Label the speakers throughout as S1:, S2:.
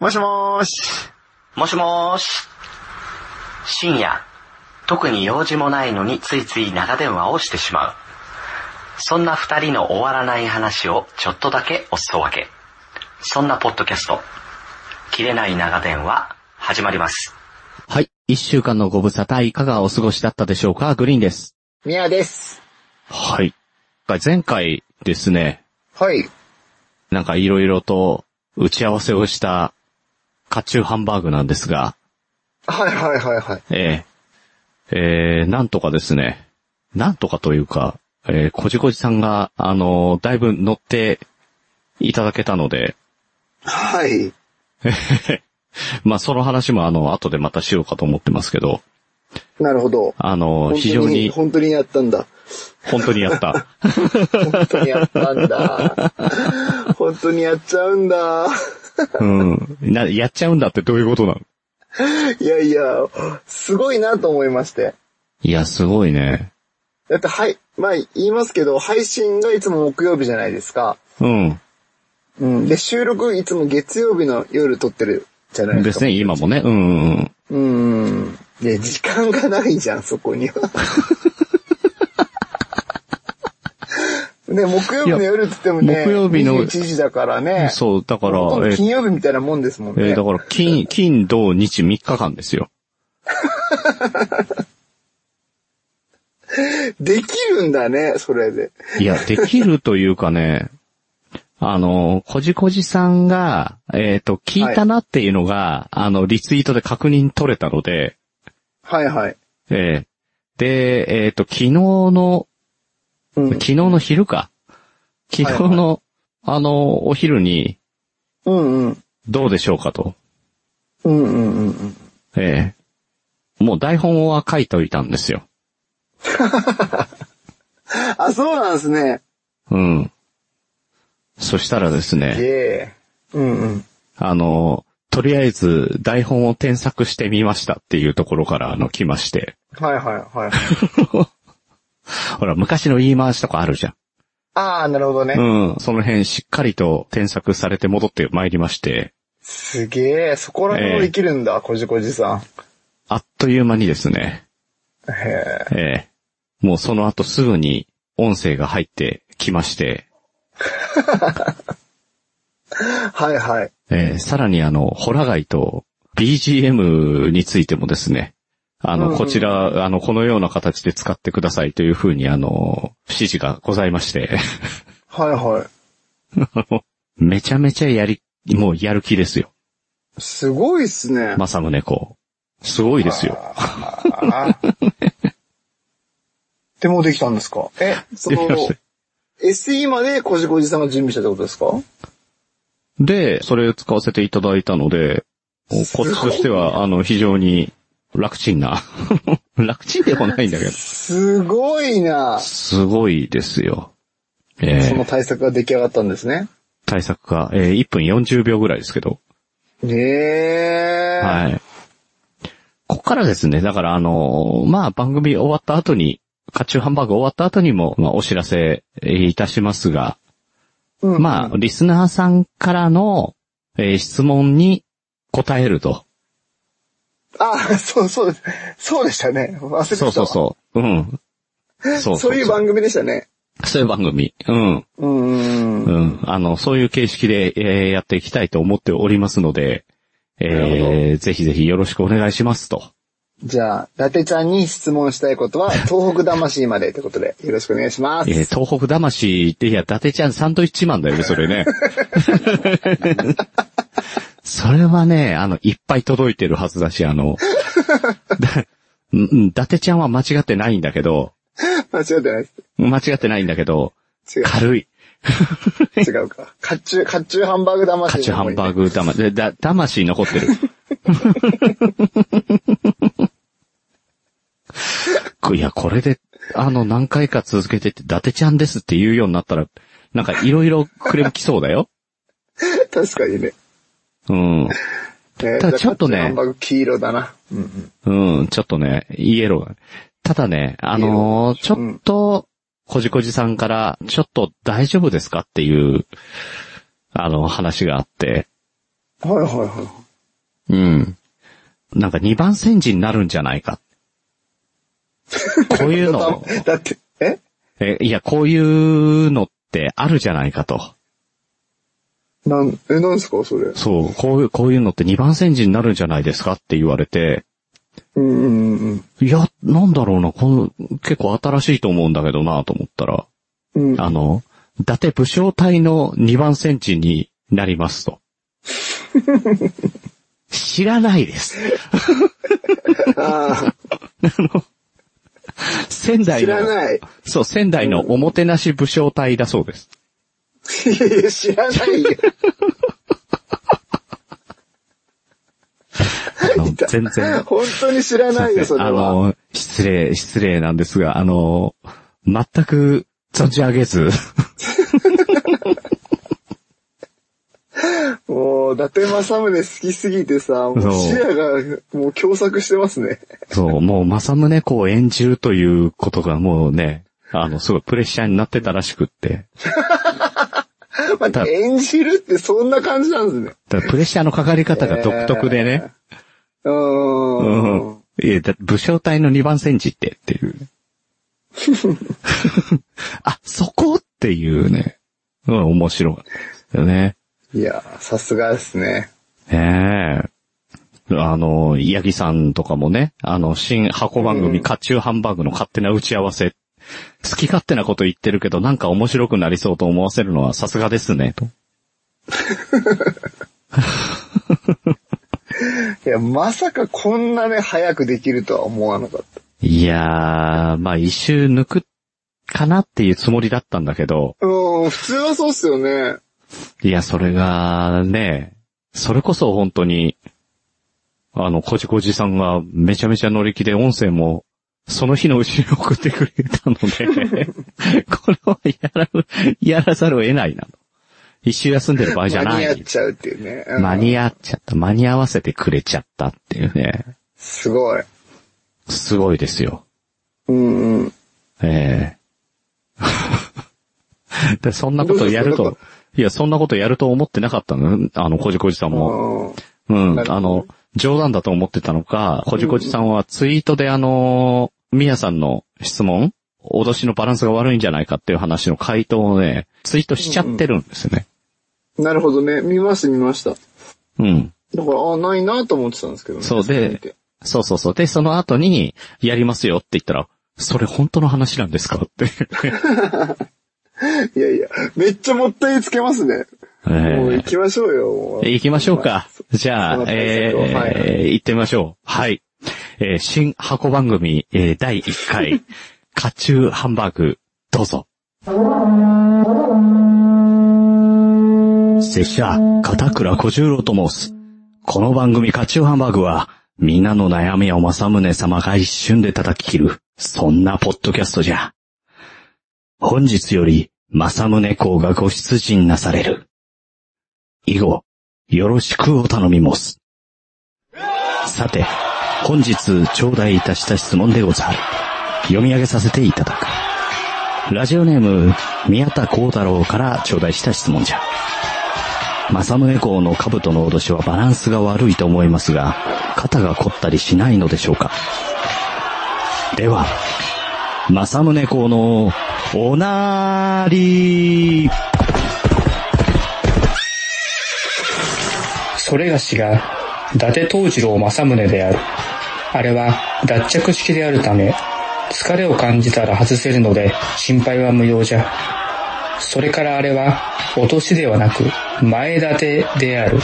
S1: もしもーし。
S2: もしもーし。深夜、特に用事もないのについつい長電話をしてしまう。そんな二人の終わらない話をちょっとだけおすそ分け。そんなポッドキャスト、切れない長電話、始まります。
S3: はい。一週間のご無沙汰いかがお過ごしだったでしょうかグリーンです。
S4: ミヤです。
S3: はい。前回ですね、
S4: はい。
S3: なんかいろいろと打ち合わせをした、カチューハンバーグなんですが、
S4: はいはいはいはい。
S3: えええーなんとかですね、なんとかというか、えー、こじこじさんが、あのだいぶ乗っていただけたので、
S4: はい。
S3: まあ、その話もあの、後でまたしようかと思ってますけど、
S4: なるほど。
S3: あの非常に
S4: 本当にやったんだ。
S3: 本当にやった。
S4: 本当にやったん だ。本当にやっちゃうんだ。
S3: うん。な、やっちゃうんだってどういうことなの
S4: いやいや、すごいなと思いまして。
S3: いや、すごいね。
S4: だってはい、まあ言いますけど、配信がいつも木曜日じゃないですか。
S3: うん。
S4: うん。で、収録いつも月曜日の夜撮ってるじゃないで
S3: ですす
S4: か。
S3: ね、今もね。うんうんうん。
S4: うん。で、時間がないじゃん、そこに は。ね、木曜日の夜って言ってもね、
S3: 木曜日の
S4: 1時だからね。
S3: そう、だから、
S4: ほとん
S3: え
S4: ど
S3: ー
S4: 金曜日みたいなもんですもんね。
S3: えーだから、 金、金、土、日3日間ですよ。
S4: できるんだね、それで。
S3: いや、できるというかね、あの、こじこじさんが、えっ、と、聞いたなっていうのが、あの、リツイートで確認取れたので、
S4: はいはい。
S3: えーで、えっ、と、昨日の、
S4: うん。
S3: 昨日の昼か。昨日の、あの、お昼に、
S4: うんうん。
S3: どうでしょうかと。
S4: うんうんうんうん。
S3: ええもう台本は書いておいたんですよ。
S4: あ、そうなんですね。
S3: うん。そしたらです
S4: イ
S3: ね、
S4: エーイ。うんうん。
S3: あの、とりあえず台本を添削してみましたっていうところからあの来まして。
S4: はいはいはい。
S3: ほら、昔の言い回しとかあるじゃん。
S4: あー、なるほどね。
S3: うん。その辺しっかりと添削されて戻ってまいりまして、
S4: すげえ、そこら辺もできるんだ、こじこじさん。
S3: あっという間にですね、
S4: へ
S3: ええもうその後すぐに音声が入ってきまして、
S4: え。はいはい。
S3: えーさらにあの、ホラガイと BGM についてもですね、あ
S4: うんう
S3: の、
S4: ん
S3: こちら、あの、このような形で使ってくださいというふうに、あの、指示がございまして、
S4: はいは
S3: めちゃめちゃやり、もうやる気ですよ。
S4: い。すごいっすね。
S3: まさむねこう。すごいですよ。
S4: あーでもうできたんですかえ、そ
S3: で
S4: の
S3: きました、
S4: SE までこじこじさんが準備したってことですか
S3: で、それを使わせていただいたので、もうコツとしては、あの、非常に楽ちんな。 楽ちんでもないん だけど、
S4: すごいな
S3: すごいですよ。え
S4: その
S3: ー、
S4: 対策が出来上がったんですね。
S3: 対策が、えー1分40秒ぐらいですけど、
S4: えー。
S3: はい。ここからですね、だからあの、まあ番組終わった後に、カチューハンバーグ終わった後にも、まあお知らせいたしますが、
S4: うん
S3: まあ、リスナーさんからの、えー質問に答えると。
S4: あ、そうそうです。そうでしたね。忘れてた。
S3: そうそうそう。うん。そうそう
S4: そういう番組でしたね。
S3: そういう番組。うん。
S4: うんうんうん。
S3: うん。あの、そういう形式で、えーやっていきたいと思っておりますので、えー、ぜひぜひよろしくお願いしますと。
S4: じゃあ、伊達ちゃんに質問したいことは、東北魂までってことで、よろしくお願いします。
S3: えー東北魂って、いや、伊達ちゃんサンドイッチマンだよね、それね。 それはね、あの、いっぱい届いてるはずだし、あの、だうんうん、伊達ちゃんは間違ってないんだけど、
S4: 間違ってないで
S3: 間違ってないんだけど、
S4: す。違
S3: 軽い。
S4: う、違うか。カッチュ、カッチュハンバーグ魂
S3: カチュハンバーグ魂、でだ、魂残ってる。 こいや、これで、あの、何回か続けてって、伊達ちゃんですって言うようになったら、なんかいろいろクレーム来そうだよ。
S4: グ。確かにね。
S3: うん。
S4: え
S3: ただちょっとね
S4: じゃあカッチュハンバーグ黄色だな。うんうん。
S3: うん、ちょっとね、イエローだね。ただね、あのーちょっと、こじこじさんから、ちょっと大丈夫ですかっていう、あの、話があって、
S4: はいはいはい。
S3: うん。なんか二番煎じになるんじゃないか。こういうの を、
S4: だって、え
S3: え、いや、こういうのってあるじゃないかと。
S4: なん、え、なんすかそれ。
S3: そう、こういう、こういうのって二番煎じになるんじゃないですかって言われて、
S4: うんうんうん
S3: いや、なんだろうな、この、結構新しいと思うんだけどなと思ったら、
S4: うん。うん。
S3: あの、伊達武将隊の二番煎じになります と。知らないです。
S4: あ
S3: 仙
S4: あ、
S3: 台
S4: 知
S3: の
S4: ら、ない。
S3: そう、仙台のおもてなし武将隊だそうです。
S4: いやいや、知らないよ。
S3: あの全然。
S4: 本当に知らないよ、
S3: すい
S4: そ
S3: ません
S4: れ
S3: あ
S4: は。
S3: の、失礼、失礼なんですが、あの、全く存じ上げ ず、
S4: もう、伊達政宗好きすぎてさ、もう
S3: そう
S4: 視野が、もう狭窄してますね。
S3: そう、もう正宗子を演じるということがもうね、あの、すごいプレッシャーになってたらしくって。
S4: まあ、演じるってそんな感じなんですね。
S3: ただプレッシャーのかかり方が独特でね。
S4: う
S3: う
S4: ーん。
S3: ん。いや、だ武将隊の二番戦時ってっていう。あ、そこっていうね。うん、面白かったですよね。
S4: いや、さすがですね。
S3: ねえ。あの、八木さんとかもね、あの、新箱番組、甲冑ハンバーグの勝手な打ち合わせ。好き勝手なこと言ってるけど、なんか面白くなりそうと思わせるのはさすがですね、と。
S4: いや、まさかこんなね、早くできるとは思わなかっ
S3: いやー、まあ一周抜くかなっていうつもりだったんだけど、
S4: た。うん、普通はそうっすよね。
S3: いや、それが、ね、それこそ本当に、あの、こじこじさんがめちゃめちゃ乗り気で音声も、その日のうちに送ってくれたの で、これはやら、やらざるを得ないなと。一周休んでる場合じゃ
S4: 間
S3: な
S4: に合っ
S3: い。
S4: ちゃうっていうね。うん
S3: 間に合っちゃった。間に合わせてくれちゃったっていうね。
S4: すごい。
S3: すごいですよ。
S4: うんうん。
S3: ええ で、そんなことやる
S4: どう
S3: と
S4: で、
S3: いや、そんなことやると思ってなかったのあの、こじこじさんも。
S4: うん
S3: うん、
S4: なるほど
S3: あの、冗談だと思ってたのか、こじこじさんはツイートであの、みやさんの質問、脅しのバランスが悪いんじゃないかっていう話の回答をね、ツイートしちゃってるんですよね。
S4: なるほどね。見ました見ました。
S3: うん。
S4: だから、あ、ないなと思ってたんですけどね。
S3: そうで
S4: て
S3: そうそうそう。で、その後に、やりますよって言ったら、それ本当の話なんですか って。
S4: いやいや、めっちゃもったいつけますね。
S3: え
S4: もう行
S3: ー
S4: きましょうよ。もう
S3: 行きましょうか。じゃ
S4: そ
S3: あ
S4: の、対
S3: え
S4: 策を
S3: ー
S4: はい
S3: 行ってみましょう。はい。えー新箱番組、えー第1回、 カチューハンバーグ、どうぞ。拙者、片倉小十郎と申す。この番組、カチューハンバーグは、皆の悩みを政宗様が一瞬で叩き切る、そんなポッドキャストじゃ。本日より、政宗公がご出陣なされる。以後、よろしくお頼みます。さて、本日頂戴いたした質問でござる。読み上げさせていただく。ラジオネーム、宮田幸太郎から頂戴した質問じゃ。政宗公の兜の脅しはバランスが悪いと思いますが、肩が凝ったりしないのでしょうかでは、政宗公のおなーりー
S1: それがしが、伊達藤次郎正宗である。あれは脱着式であるため、疲れを感じたら外せるので心配は無用じゃ。それからあれは、落としではなく、前立てである。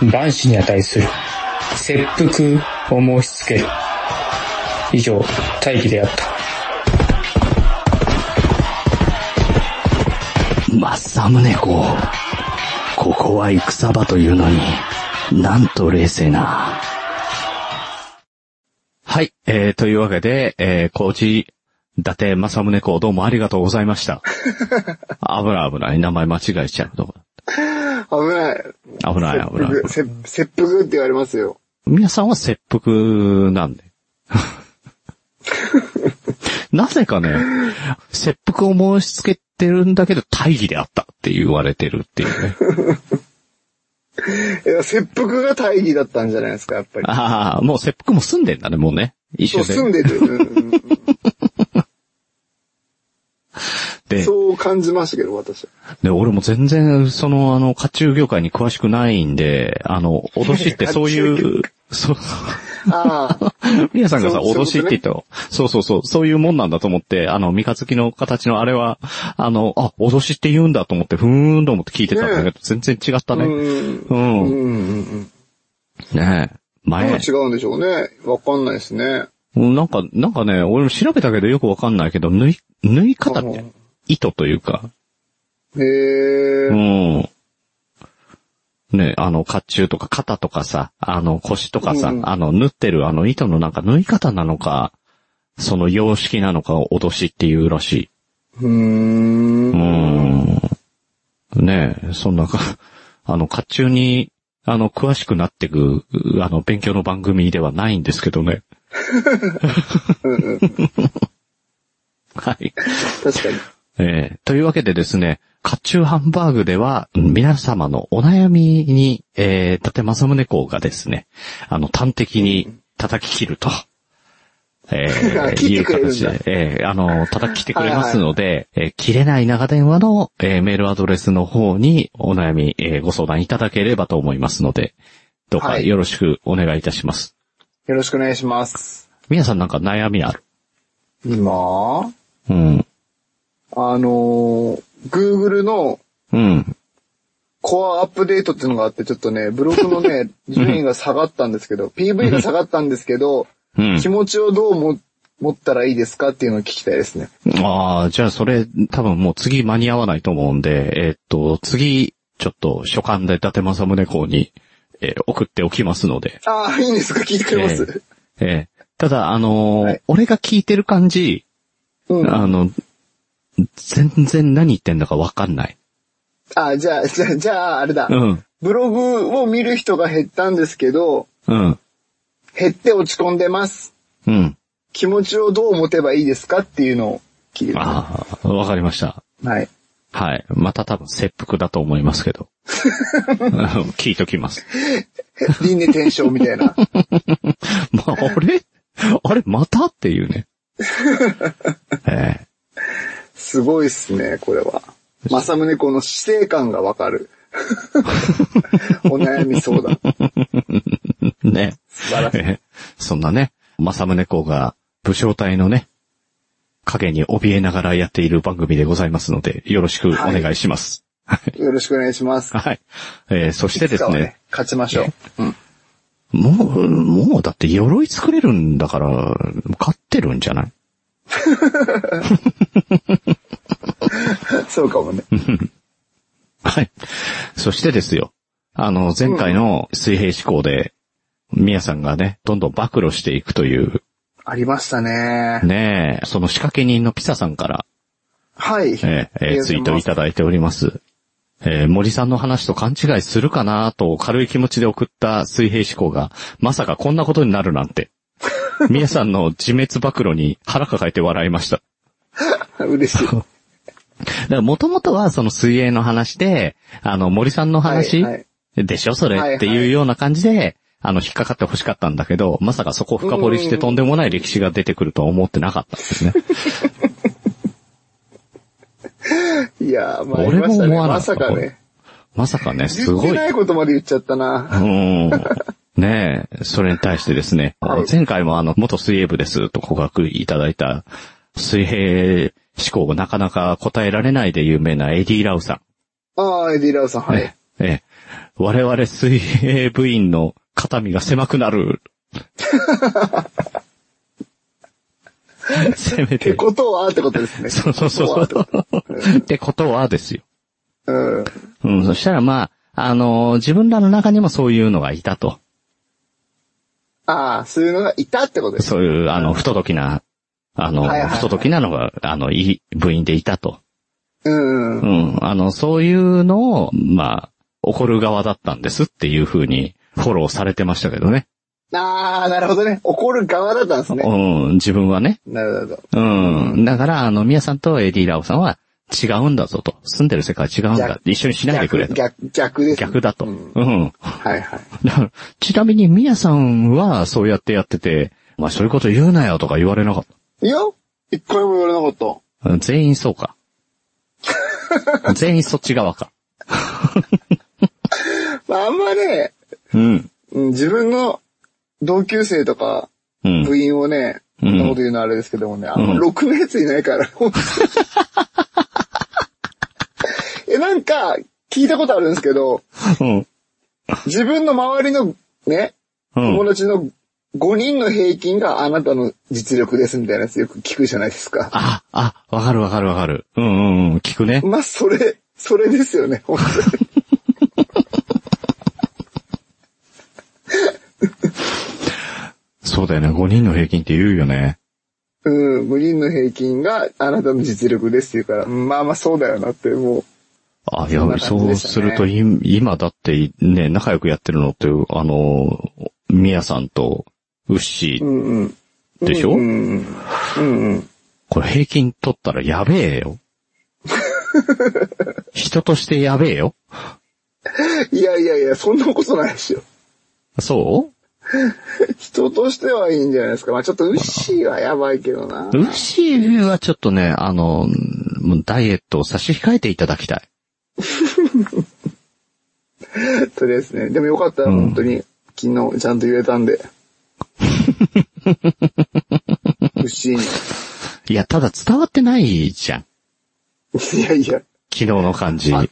S1: 万死に値する。切腹を申し付ける。以上、大義であった。
S3: マサムネコ。ここは戦場というのに、なんと冷静な。はい、えー、というわけで、えー、コーチ、伊達正宗公どうもありがとうございま した。危ない危ない、名前間違えちゃうとこ
S4: 危ない。
S3: 危ない危ない。
S4: 切腹、切切腹って言われますよ。
S3: 皆さんは切腹なん で。なぜかね、切腹を申し付けてるんだけど大義であったって言われてるっていうね。
S4: いや、切腹が大義だったんじゃないですか、やっぱり。
S3: ああ、もう切腹も済んでんだね、もうね。一
S4: そう、
S3: 瞬で。
S4: 住んでる。うん
S3: で、
S4: そう感じましたけど、私は。
S3: で、俺も全然、その、あの、甲冑業界に詳しくないんで、あの、脅しってそういう、そう、
S4: ああ、
S3: ミヤさんがさ、
S4: そう
S3: 脅しって言ったの。そうそうそう、そういうもんなんだと思って、あの、三日月の形のあれは、あの、あ、脅しって言うんだと思って、ふーんと思って聞いてたんだけど、全然違った
S4: うん。
S3: ね。
S4: うん
S3: う
S4: う
S3: ん。
S4: んうん。
S3: ねえ。
S4: どう
S3: 前、
S4: 違うんでしょうね。わかんないですね。
S3: うんなんか、なんかね、俺も調べたけどよくわかんないけど、縫い、縫い方みたいな。糸というか、
S4: へえ
S3: う。ん。ね、あの、甲冑とか肩とかさ、あの、腰とかさ、
S4: うん
S3: あの、縫ってるあの糸のなんか縫い方なのか、その様式なのかを脅しっていうらしい。う
S4: うー。
S3: んん。ねえ、そんなか、 あの、甲冑に、あの、詳しくなってく、あの、勉強の番組ではないんですけどね。 はい。
S4: 確かに。
S3: えーというわけでですね、甲冑ハンバーグでは、皆様のお悩みに、えー、伊達政宗公がですね、あの、端的に叩き切ると、えー、
S4: 切っ
S3: いう
S4: てくれるんだ
S3: 形で、えー、あの、叩き切ってくれますので、えー切れない長電話の、えーメールアドレスの方にお悩み、えーご相談いただければと思いますので、どうか
S4: はい
S3: よろしくお願いいたします。
S4: よろしくお願いします。
S3: 皆さんなんか悩みある
S4: 今、
S3: うん。
S4: あのー、Google の
S3: うん。
S4: コアアップデートっていうのがあって、ちょっとね、ブログの ね、順位が下がったんですけど、PV が下がったんですけど、
S3: うん
S4: 気。持ちをどうも持ったらいいですかっていうのを聞きたいですね。
S3: ああ、じゃあそれ、多分もう次間に合わないと思うんで、えーっと、次、ちょっと、書簡で伊達政宗公に、えー送っておきますので。
S4: ああ、いいんですか聞いてくれます、
S3: えーただ、あのー
S4: はい
S3: 俺が聞いてる感じ、
S4: うん。
S3: あ
S4: あ
S3: の、全然何言ってんだかわかんない。
S4: あ、じゃあ、じゃあ、じゃあ、あれだ、
S3: うん、
S4: ブログを見る人が減ったんですけど、
S3: うん、
S4: 減って落ち込んでます。
S3: うん。
S4: 気持ちをどう持てばいいですかっていうのを聞いてくれま
S3: ああ、わかりました。
S4: すはい。
S3: はい。また多分切腹だと思いますけ ど。聞いときます。
S4: 輪廻転生みた いな。
S3: まあ、あれあれまたっていう ね。えー
S4: すごいっすね、これは。正宗公の死生観がわ かる。お悩み相談。
S3: ね。
S4: 素晴らしい。
S3: そんなね、正宗公が武将隊のね、影に怯えながらやっている番組でございますので、よろしくお願いします。
S4: よろしくお願いします。
S3: はい。えーそしてで
S4: いつか
S3: す
S4: は
S3: ね、。
S4: 勝ちましょう。うん。
S3: もう、もうだって鎧作れるんだから、勝ってるんじゃない
S4: そうかもね。
S3: はい。そしてですよ、あの、前回の水平思考で、宮さんがね、どんどん暴露していくという、
S4: ありましたね。
S3: ねえ、その仕掛け人のピサさんから、
S4: はい。
S3: えーえー
S4: ありが
S3: ツ
S4: と
S3: イー
S4: うござ
S3: ト
S4: ま
S3: い
S4: す
S3: ただいております。えー森さんの話と勘違いするかなと軽い気持ちで送った水平思考が、まさかこんなことになるなん て。皆さんの自滅暴露に腹抱えて笑いました。
S4: 嬉しい。
S3: だから元々はその水泳の話で、あの森さんの 話
S4: はいはい
S3: でしょそ
S4: はいは
S3: れ
S4: い
S3: っていうような感じで、あの引っかかって欲しかったんだけど、まさかそこを深掘りしてとんでもない歴史が出てくるとは思ってなかったんですね。
S4: いやー、まあ、
S3: 俺も
S4: ありましたね
S3: 思わなか
S4: ま
S3: った
S4: さかね。
S3: まさかね、す
S4: 言っ
S3: ご
S4: て
S3: い
S4: ないことまで言っちゃったな。
S3: うん。ねえ、それに対してですね、
S4: はい
S3: 前回もあの、元水泳部ですと告白いただいた、水平思考がなかなか答えられないで有名なエディ・ラウさ
S4: ああ、エディ・ラウさん、
S3: ん。
S4: はい。
S3: ええ。我々水泳部員の肩身が狭くなる。 せめ
S4: って
S3: て。
S4: ことは、ってことですね。
S3: そうそうそう
S4: ってこ
S3: そ
S4: とは
S3: う。ってことはですよ。
S4: うん。
S3: うん、そしたらまあ、あの自分らの中にもそういうのがいたと。
S4: ああ、そういうのがいたってことです。
S3: そういう、あの、不届きな、あの、
S4: はいはいはい
S3: 不届きなのが、あの、いい部員でいたと。
S4: うん
S3: う。ん。あの、そういうのを、まあ、怒る側だったんですっていう風に、フォローされてましたけどね。
S4: ああ、なるほどね。怒る側だったんですね。
S3: うん、自分はね。
S4: なるほど。
S3: うん。だから、あの、宮さんとエディ・ラオさんは、違うんだぞと。住んでる世界は違うんだ
S4: 逆。
S3: 一緒にしないでくれと。
S4: 逆、逆です、ね。
S3: 逆だと。
S4: う
S3: うんん。
S4: はいはい。
S3: だからちなみに、ミヤさんはそうやってやってて、まあそういうこと言うなよとか言われなかっ
S4: いや、一回も言われなかった。
S3: た。うん全員そう か。全員そっち側か。
S4: まあ、あんまね、
S3: うん。
S4: うん自分の同級生とか
S3: うん。
S4: 部員をね、
S3: う
S4: こ
S3: ん
S4: んなこと言うのはあれですけどもね、あ
S3: うん
S4: の、ろくなやついない から、本当にえ、なんか、聞いたことあるんですけど、
S3: うん。
S4: 自分の周りのね、
S3: うん
S4: 友。達の5人の平均があなたの実力ですみたいなやつよく聞くじゃないですか。
S3: あ、あ、わかるわかるわかる。うんうんうん。聞くね。
S4: まあ、それ、それです よね、本当に
S3: そうだよね。5人の平均って言うよね。
S4: うん、5人の平均があなたの実力ですって言うから、うんまあまあそうだよなって、もう。
S3: あ、いや
S4: そんな、感
S3: そ
S4: じ
S3: う
S4: でしたね
S3: すると、い今だって、ね、仲良くやってるのって、あの、ミヤさんと、ウッシー。
S4: うんうん。
S3: でしょ
S4: うんうん。うんうん。
S3: これ平均取ったらやべえ よ。人としてやべえよ。
S4: いやいやいや、そんなことないですよ。
S3: そ
S4: 人としてはいいんじゃないですか。まあちょっとウッシーはやばいけどな
S3: う。ウッシーはちょっとね、あの、もうダイエットを差し控えていただきたい。
S4: とりあえずね。でもよかったら
S3: うん
S4: 本当に、昨日ちゃんと言えた んで。ウッシー
S3: いや、ただ伝わってないじゃん。
S4: に。いやいや。
S3: 昨日の感じ。
S4: あ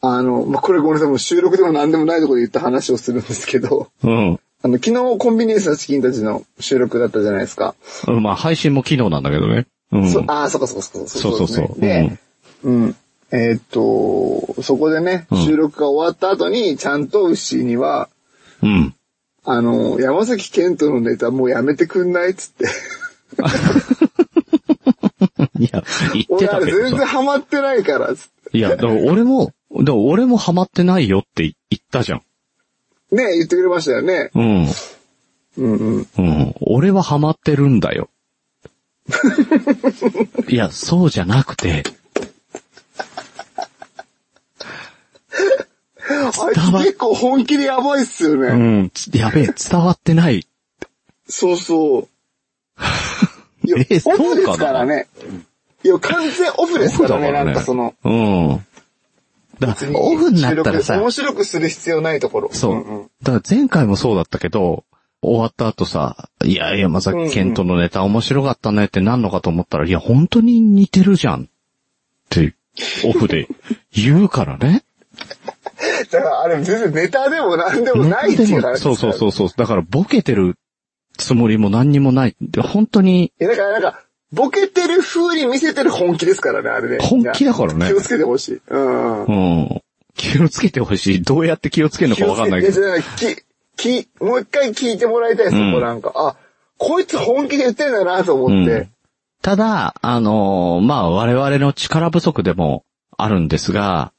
S4: あの、まあこれごめんなさい、もう収録でも何でもないところで言った話をするんですけど、
S3: うん。
S4: あの、昨日コンビニエンスのチキンたちの収録だったじゃないですか。
S3: まあ、配信も昨日なんだけどね。うん。
S4: そ
S3: そう
S4: ああ、そっかそっかそっか。
S3: うそうそう。
S4: ですねで、うん。えーっと、そこでね
S3: うん、
S4: 収録が終わった後に、ちゃんとウッシーには、
S3: うん。うん。
S4: あの、山崎健人のネタもうやめてくんないっつって。
S3: いや、言って
S4: 俺あ
S3: たけ
S4: れ
S3: ど
S4: 全然
S3: さ。
S4: ハマってないからっつっ
S3: いや、だから俺も、だから俺もハマってないよって言ったじゃん。
S4: て。ね言ってくれましたよね。
S3: うん。
S4: うんうん。
S3: うん。俺はハマってるんだ よ。いや、そうじゃなくて、
S4: あいつ
S3: 伝わ
S4: 結構本気でやばいっすよね。
S3: うん。つやべえ、伝わってない。
S4: そ うそう。いや
S3: えそうかな
S4: オフですからね。いや、完全オフですからね、なんかその。
S3: うん。だからオフになったら
S4: 収
S3: さ
S4: 録、面白くする必要ないところ。
S3: そう。
S4: んん
S3: だから前回もそうだったけど、終わった後さ、いや、山崎健人のネタ面白かったねってなんのかと思ったら、いや、本当に似てるじゃん。って、オフで 言うからね。
S4: だからあれ全然ネタでも何でもないって
S3: ネ
S4: いう
S3: タで
S4: 話。
S3: もそうそう
S4: う。
S3: そうそう。だからボケてるつもりも何にもない。で本当に
S4: いや、だからなんか、ボケてる風に見せてる本気ですからね、あれね。
S3: 本気だからね
S4: 気をつけてほしい。うんうん。
S3: うん。気をつけてほしい。どうやって気をつけるのかわかんないけ
S4: 気をつけ
S3: ど。
S4: ていやじゃあき、き、もう一回聞いてもらいたいです、
S3: うん
S4: そこなんか。あ、こいつ本気で言ってんだなと思っ
S3: う
S4: て
S3: ん。ただ、あのーまあ、我々の力不足でもあるんですが、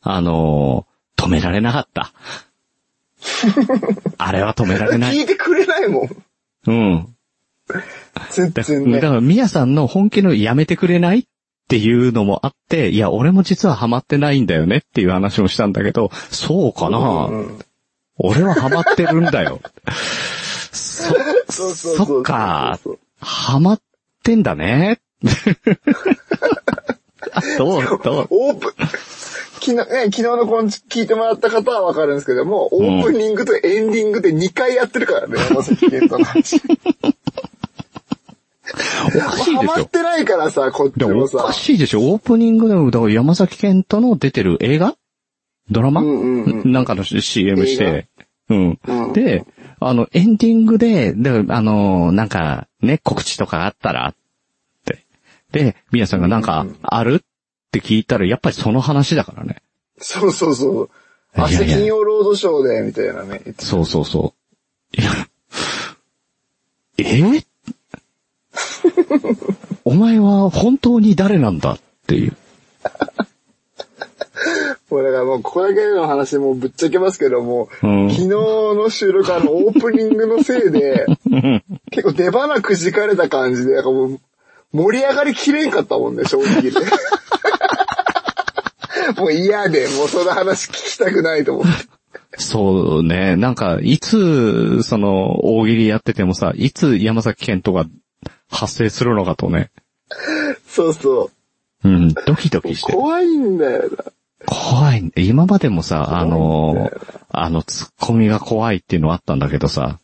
S3: あのー止められなかった。 あれは止められな
S4: 聞
S3: い。
S4: いてくれないもん。
S3: うん。
S4: 全
S3: だ
S4: 然ね
S3: だ。から、ミヤさんの本気のやめてくれないっていうのもあって、いや、俺も実はハマってないんだよねっていう話もしたんだけど、そうかな、
S4: うん
S3: 俺はハマってるんだよ。そ、
S4: そうそうそう
S3: そっか
S4: そうそう
S3: ハマってんだ ね。あどうどう
S4: オープン、昨日、ね、昨日のこん聞いてもらった方はわかるんですけども、オープニングとエンディングで2回やってるからね、山崎 健人の話。
S3: おかしい
S4: ハ
S3: でし
S4: マっ
S3: ょ
S4: てないからさ、こっち
S3: でも
S4: も
S3: お
S4: さ
S3: か。しいでしょオープニングでも、だから山崎健人の出てる映画ドラマ、
S4: うんうんうん
S3: なんかの CM して。うん。
S4: うん
S3: で、あの、エンディングで、で、あの、なんか、ね、告知とかあったらって。で、みやさんがなんか、あるって聞いたら、やっぱりその話だからね。
S4: そうそうそう。
S3: いや
S4: 明
S3: いや
S4: 日金曜ロードショーで、みたいなね。言って
S3: そうそうそう。いや、 えお前は本当に誰なんだっていう。
S4: これがもう、ここだけの話もうぶっちゃけますけども、
S3: うん
S4: 昨日の収録あの、オープニングのせ いで、結構 出花くじかれた感じで、なんかもう、盛り上がりきれんかったもんね、正直で。もう嫌で、もうその話聞きたくないと思って。
S3: そうね。なんか、いつ、その、大喜利やっててもさ、いつ山崎県とか発生するのかとね。
S4: そうそ
S3: うん、ドキド
S4: う
S3: キ。して。
S4: 怖いんだよな。
S3: 怖いね。今までもさ、あ
S4: 怖いん
S3: の
S4: だよ、
S3: あの、ツッコミが怖いっていうのはあったんだけどさ、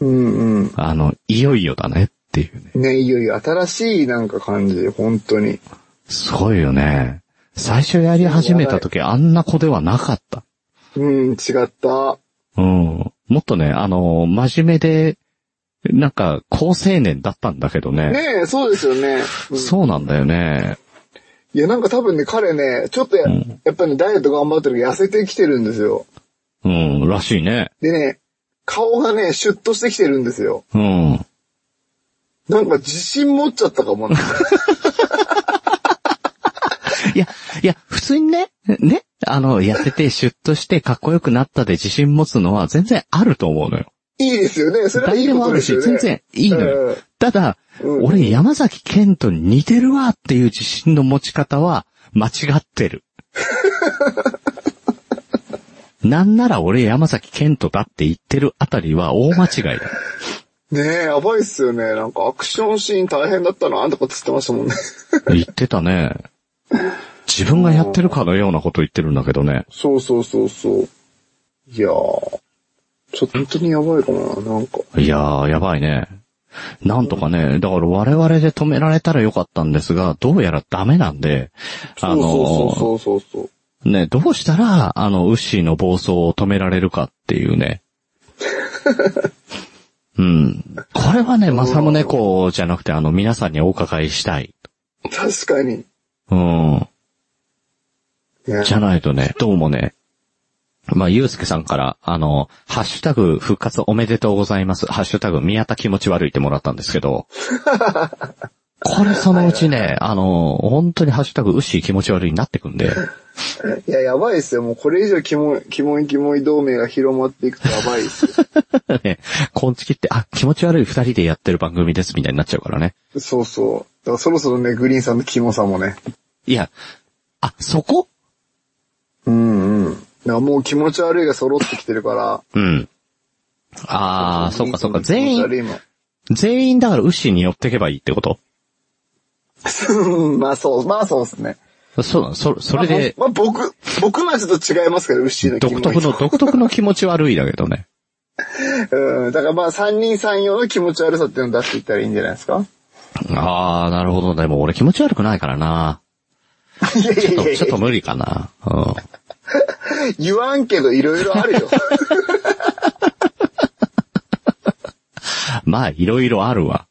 S4: うんうん。
S3: あの、いよいよだねっていうね。
S4: ね、いよいよ新しいなんか感じ、本当に。
S3: すごいよね。最初やり始めた時あんな子ではなかった。
S4: うん、違った。
S3: うん。もっとね、あの、真面目で、なんか、高青年だったんだけどね。
S4: ねえ、そうですよね。うん
S3: そうなんだよね。
S4: いや、なんか多分ね、彼ね、ちょっとや,、
S3: うん
S4: っぱりね、ダイエット頑張ってるけど痩せてきてるんですよ。
S3: うん、らしいね。
S4: でね、顔がね、シュッとしてきてるんですよ。
S3: うん。
S4: なんか自信持っちゃったか もな。
S3: いや、いや、普通にね、ね、あの、痩せてシュッとしてかっこよくなったで自信持つのは全然あると思うのよ。
S4: いいですよね。それはい
S3: 誰
S4: い
S3: で
S4: こ
S3: もあ
S4: と
S3: る
S4: です
S3: し、
S4: よね。
S3: 全然いいのよ。
S4: うん
S3: ただ、
S4: うん
S3: 俺山崎健と似てるわっていう自信の持ち方は間違って る。なんなら俺山崎健とだって言ってるあたりは大間違いだ。
S4: ねえ、やばいっすよね。なんかアクションシーン大変だったな、とかって言ってました もんね。
S3: 言ってたね。自分がやってるかのようなこと言ってるんだけどね。
S4: そうそうそうそう。いやー。ちょっと本当にやばいかもな、なんか。
S3: いやー、やばいね。なんとかね、だから我々で止められたらよかったんですが、どうやらダメなんで、あ
S4: そう
S3: の、
S4: そうそうそうそう。
S3: ね、どうしたら、あの、ウッシーの暴走を止められるかっていう ね。うん。これはね、まさむねこじゃなくて、あの、皆さんにお伺いしたい。
S4: 確かに。
S3: うん。
S4: いや
S3: じゃないとね、どうもね、まあ、ゆうすけさんから、あの、ハッシュタグ復活おめでとうございます。ハッシュタグ宮田気持ち悪いってもらったんですけど、これそのうちね、あの、本当にハッシュタグうっしー気持ち悪いになってくんで、
S4: いや、やばいっすよ。もうこれ以上キモい、キモいキモい同盟が広まっていくとやばいっす よ。
S3: ね、こんちきって、あ、気持ち悪い二人でやってる番組ですみたいになっちゃうからね。
S4: そうそう。だからそろそろね、グリーンさんのキモさもね。
S3: いや、あ、そこ
S4: うんうん。だからもう気持ち悪いが揃ってきてるから。
S3: うん。ああ、そうかそうか。全
S4: 気持ち悪
S3: 員、
S4: いも
S3: 全員だからウッシーに寄ってけばいいってこと
S4: んまあそう、まあそうですね。
S3: そう、そ、それで、
S4: まあ、まあ僕、僕のはちょっと違いますけど、牛のキ
S3: 独
S4: モい
S3: 特の、独特の気持ち悪いだけどね。
S4: うん。だからまあ三人三様の気持ち悪さっていうのを出していったらいいんじゃないですか
S3: ああ、なるほど。でも俺気持ち悪くないからな。
S4: いや い
S3: ちょっ
S4: や
S3: と、
S4: い
S3: ちょっと
S4: や、
S3: 無理かな。うん。
S4: 言わんけどいろいろあるよ。
S3: まあ、いろいろあるわ。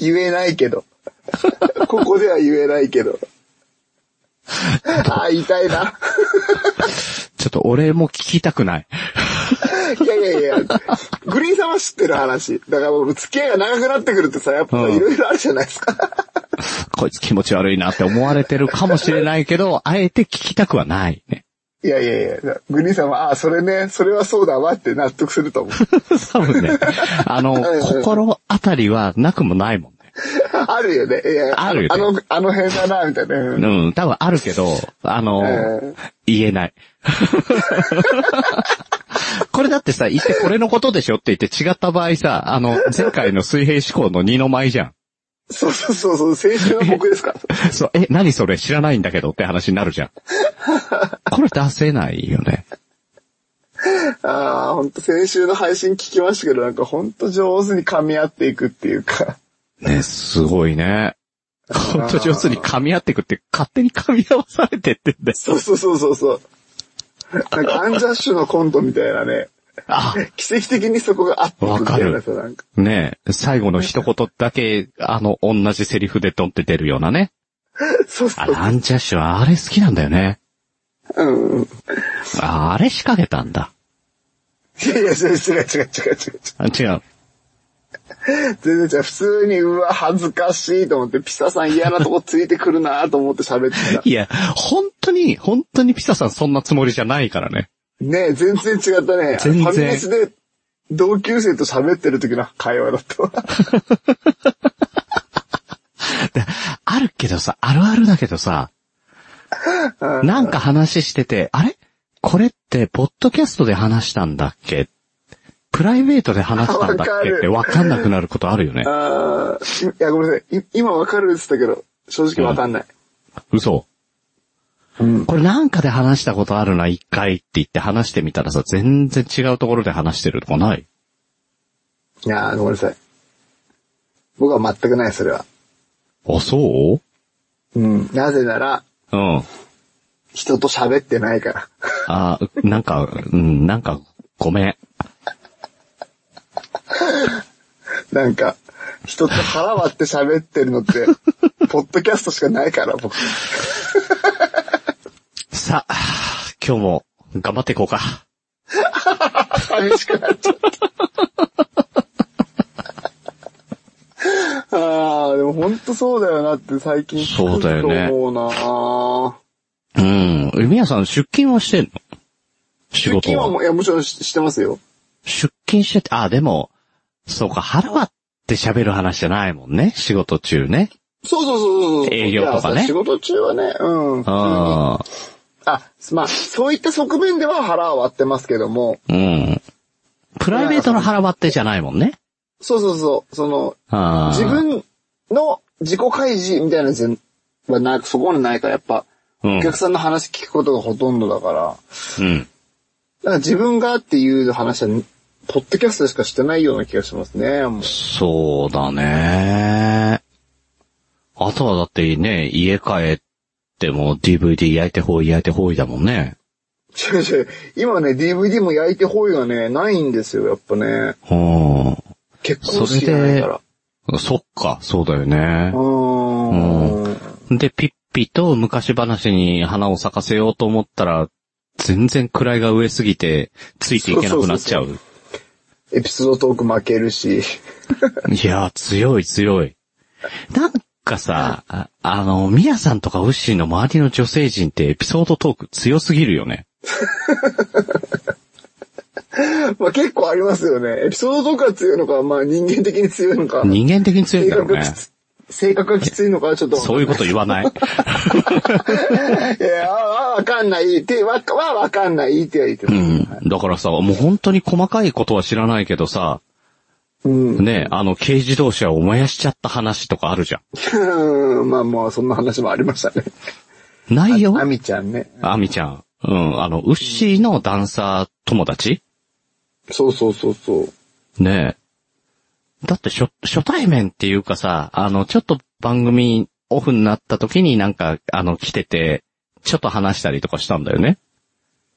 S4: 言えないけど。 ここでは言えないけど。あー、痛いな。
S3: ちょっと俺も聞きたくない。
S4: いやいやいや、グリーンさんは知ってる話。だからもう付き合いが長くなってくるとさ、やっぱ
S3: うん
S4: いろいろあるじゃないですか。
S3: こいつ気持ち悪いなって思われてるかもしれないけど、あえて聞きたくはないね。
S4: いやいやいや、グリーンさんは、ああ、それね、それはそうだわって納得すると思う。
S3: 多分ね。あ の、
S4: んうん
S3: 心当たりはなくもないもんね。
S4: あるよね。いやいや
S3: あるよね
S4: あの、あの辺だな、みたいな。うん
S3: うん、多分あるけど、あの、
S4: うん
S3: 言えない。 これだってさ、言ってこれのことでしょって言って違った場合さ、あの、前回の水平思考の二の舞じゃん。
S4: そうそうそうそう、先週の僕ですか。
S3: そう、え、何それ知らないんだけどって話になるじゃん。これ出せないよね。
S4: ああ、本当先週の配信聞きましたけど、なんか本当上手に噛み合っていくっていうか。
S3: ね、すごいね。ほんと上手に噛み合ってくって、勝手に噛み合わされてってんだよ。
S4: そうそうそうそうそう。なんかアンジャッシュのコントみたいなね、
S3: あ、
S4: 奇跡的にそこが合っていくみたいなさ、なんか。
S3: ねえ、最後の一言だけ、あの、同じセリフでドンって出るようなね。
S4: そうそ
S3: あ、
S4: う。
S3: ランチャッシュはあれ好きなんだよね。
S4: うんうん。
S3: あ、あれ仕掛けたんだ。
S4: いやいや、違う違う違う違う違う。
S3: あ違う。
S4: 全然違う。普通に、うわ、恥ずかしいと思って、ピサさん嫌なとこついてくるなと思って喋ってた。
S3: いや、本当に、本当にピサさんそんなつもりじゃないからね。
S4: ねえ、全然違ったね。
S3: 全然
S4: ファミレスで同級生と喋ってる時の会話だったわ。
S3: であるけどさ、あるあるだけどさ、
S4: う
S3: なんか話してて、あれこれって、ポッドキャストで話したんだっけプライベートで話したんだっけってわかんなくなることあるよね。
S4: あーいや、ごめんなさい。い今わかるって言ったけど、正直わかんない。
S3: 嘘。
S4: うん。
S3: これなんかで話したことあるな、一回って言って話してみたらさ、全然違うところで話してるとかない
S4: いやー、ごめんなさい。僕は全くない、それは。
S3: あ、そう
S4: うん。なぜなら、
S3: うん。
S4: 人と喋ってないから。
S3: あ、なんか、うん、なんか、ごめん。
S4: なんか、人と腹割って喋ってるの って、ポッドキャストしかないから、僕。
S3: さあ、今日も頑張っていこうか。
S4: 寂しくなっちゃった。ああ、でもほんとそうだよなって最近つく
S3: そうだよね
S4: と思う
S3: う
S4: な
S3: ん。みやさん出勤はしてんの仕
S4: 出
S3: 事
S4: 勤はも
S3: は。
S4: う、いや、もちろんししてますよ。
S3: 出勤してて、あ、でも、そうか、腹割って喋る話じゃないもんね。仕事中ね。
S4: そうそうそうそうそう。
S3: 営業とかね
S4: いや仕事中はね、うん。あ、
S3: あ
S4: まあ、そういった側面では腹は割ってますけども、
S3: あ、うん。プライベートの腹割ってじゃないもんね。
S4: そうそうそう、その、
S3: ああ。
S4: 自分の自己開示みたいなやつはなく、そこにないから、やっぱ、
S3: うん
S4: お客さんの話聞くことがほとんどだから、だか
S3: うん。
S4: ら自分がっていう話は、ポッドキャストでしかしてないような気がしますね、もう。
S3: そうだね。あとはだってね、家帰っても DVD 焼いてほい焼いてほいだもんね。
S4: 違う違う。今ね、DVD も焼いて方がね、ないんですよ、やっぱね。
S3: う
S4: 結婚式がないから。
S3: ん。そっか、そうだよね
S4: う。ーん。
S3: で、ピッピと昔話に花を咲かせようと思ったら、全然位が上すぎて、ついていけなくなっちゃう。
S4: そうエピソードトーク負けるし。
S3: い やー、強い強い。なんかさ、ああの、ミヤさんとかウッシーの周りの女性陣ってエピソードトーク強すぎるよね。
S4: まあ結構ありますよね。エピソードトークが強いのか、まあ人間的に強いのか。
S3: 人間的に強いんだ
S4: 性
S3: ろ
S4: 格
S3: う
S4: が
S3: ね
S4: き。つ、性格がきついのか、ちょっと。
S3: そういうこと言わない。
S4: いや、わわかんないって、わ、わ、わかんないっては言って
S3: う
S4: ます
S3: ん。だからさ、もう本当に細かいことは知らないけどさ、
S4: うん。
S3: ね、あの、軽自動車を燃やしちゃった話とかあるじゃ
S4: うん。まあまあ、そんな話もありましたね。
S3: ん。ないよ
S4: あみちゃんね。
S3: アミちゃん。うん、あの、ウッシーのダンサー友達
S4: そうそうそうそう。
S3: ねえ。だって初、初対面っていうかさ、あの、ちょっと番組オフになった時になんか、あの、来てて、ちょっと話したりとかしたんだよね。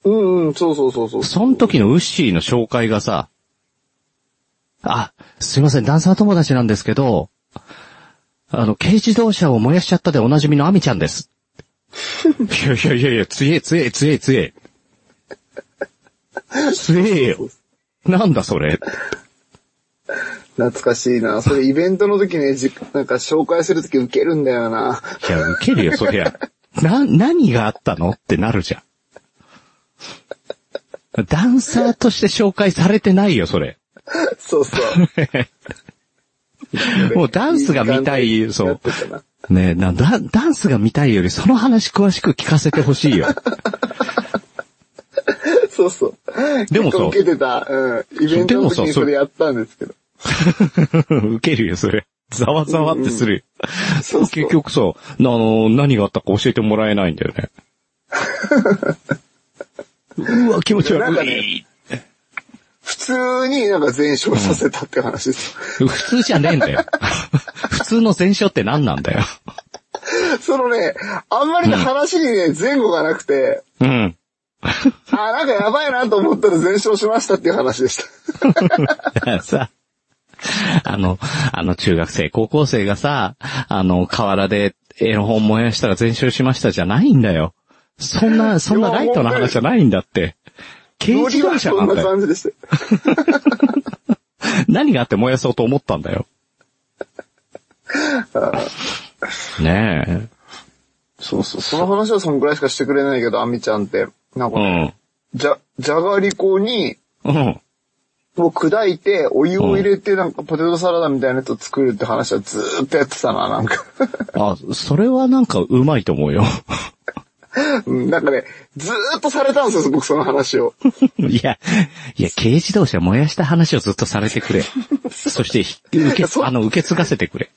S4: うんうん、そうそうそうそう。
S3: その時のウッシーの紹介がさ、あ、すいません、ダンサー友達なんですけど、あの、軽自動車を燃やしちゃったでおなじみのアミちゃんです。いやいやいやいや、強え強え強え強え。強えよ。なんだそれ。
S4: 懐かしいな。それイベントの時ね、じなんか紹介する時受けるんだよな。
S3: いや、ウケるよ、そりゃ。な、何があったのってなるじゃん。ダンサーとして紹介されてないよ、それ。
S4: そうそ う。
S3: もうダンスが見たいそう
S4: やってたな
S3: ねえ、な、ダンダンスが見たいより、その話詳しく聞かせてほし いよ。
S4: そうそう。
S3: でもさ
S4: 結構受けてた、うん。イベント
S3: で
S4: の時
S3: もさ
S4: に
S3: そ
S4: そ
S3: れ
S4: れやったんですけど。
S3: ウケるよ、それ。ざわざわってするよ。
S4: そうそう
S3: 結。局さ、あの、何があったか教えてもらえないんだよね。 うわ、気持ち
S4: なんか
S3: 悪い
S4: ね。普通になんか全勝させたって話です。
S3: 普通じゃねえんだよ。 普通の前哨って何なんだよ。
S4: そのね、あんまりね話にね、前後がなくて、
S3: うん。
S4: あーなんかやばいなと思ったら全勝しましたっていう話でした。
S3: だからさ、あの、あの中学生、高校生がさ、あの、河原でエロ本燃やしたら全焼しましたじゃないんだよ。そんな、そんなライトな話じゃないんだって。軽
S4: 料
S3: 自
S4: 理
S3: 動
S4: は
S3: 車
S4: そ
S3: なんん
S4: な
S3: だよ。
S4: 感じでした。
S3: 何があって燃やそうと思ったんだ よ。ね
S4: そうそう。その話はそんぐらいしかしてくれないけど、アミちゃんって。なん
S3: え。う
S4: か、
S3: ん。
S4: じゃ、じゃがりこに、
S3: うん。
S4: を砕いて、お湯を入れて、なんかポテトサラダみたいなやつを作るって話はずーっとやってたな、なん か。
S3: あ、それはなんかうまいと思うよ。
S4: うんなんかね、ずーっとされたんですよ、僕その話を。
S3: いや、いや、軽自動車燃やした話をずっとされてくれ。そしてひ、受け、
S4: そ
S3: あの、受け継がせてくれ。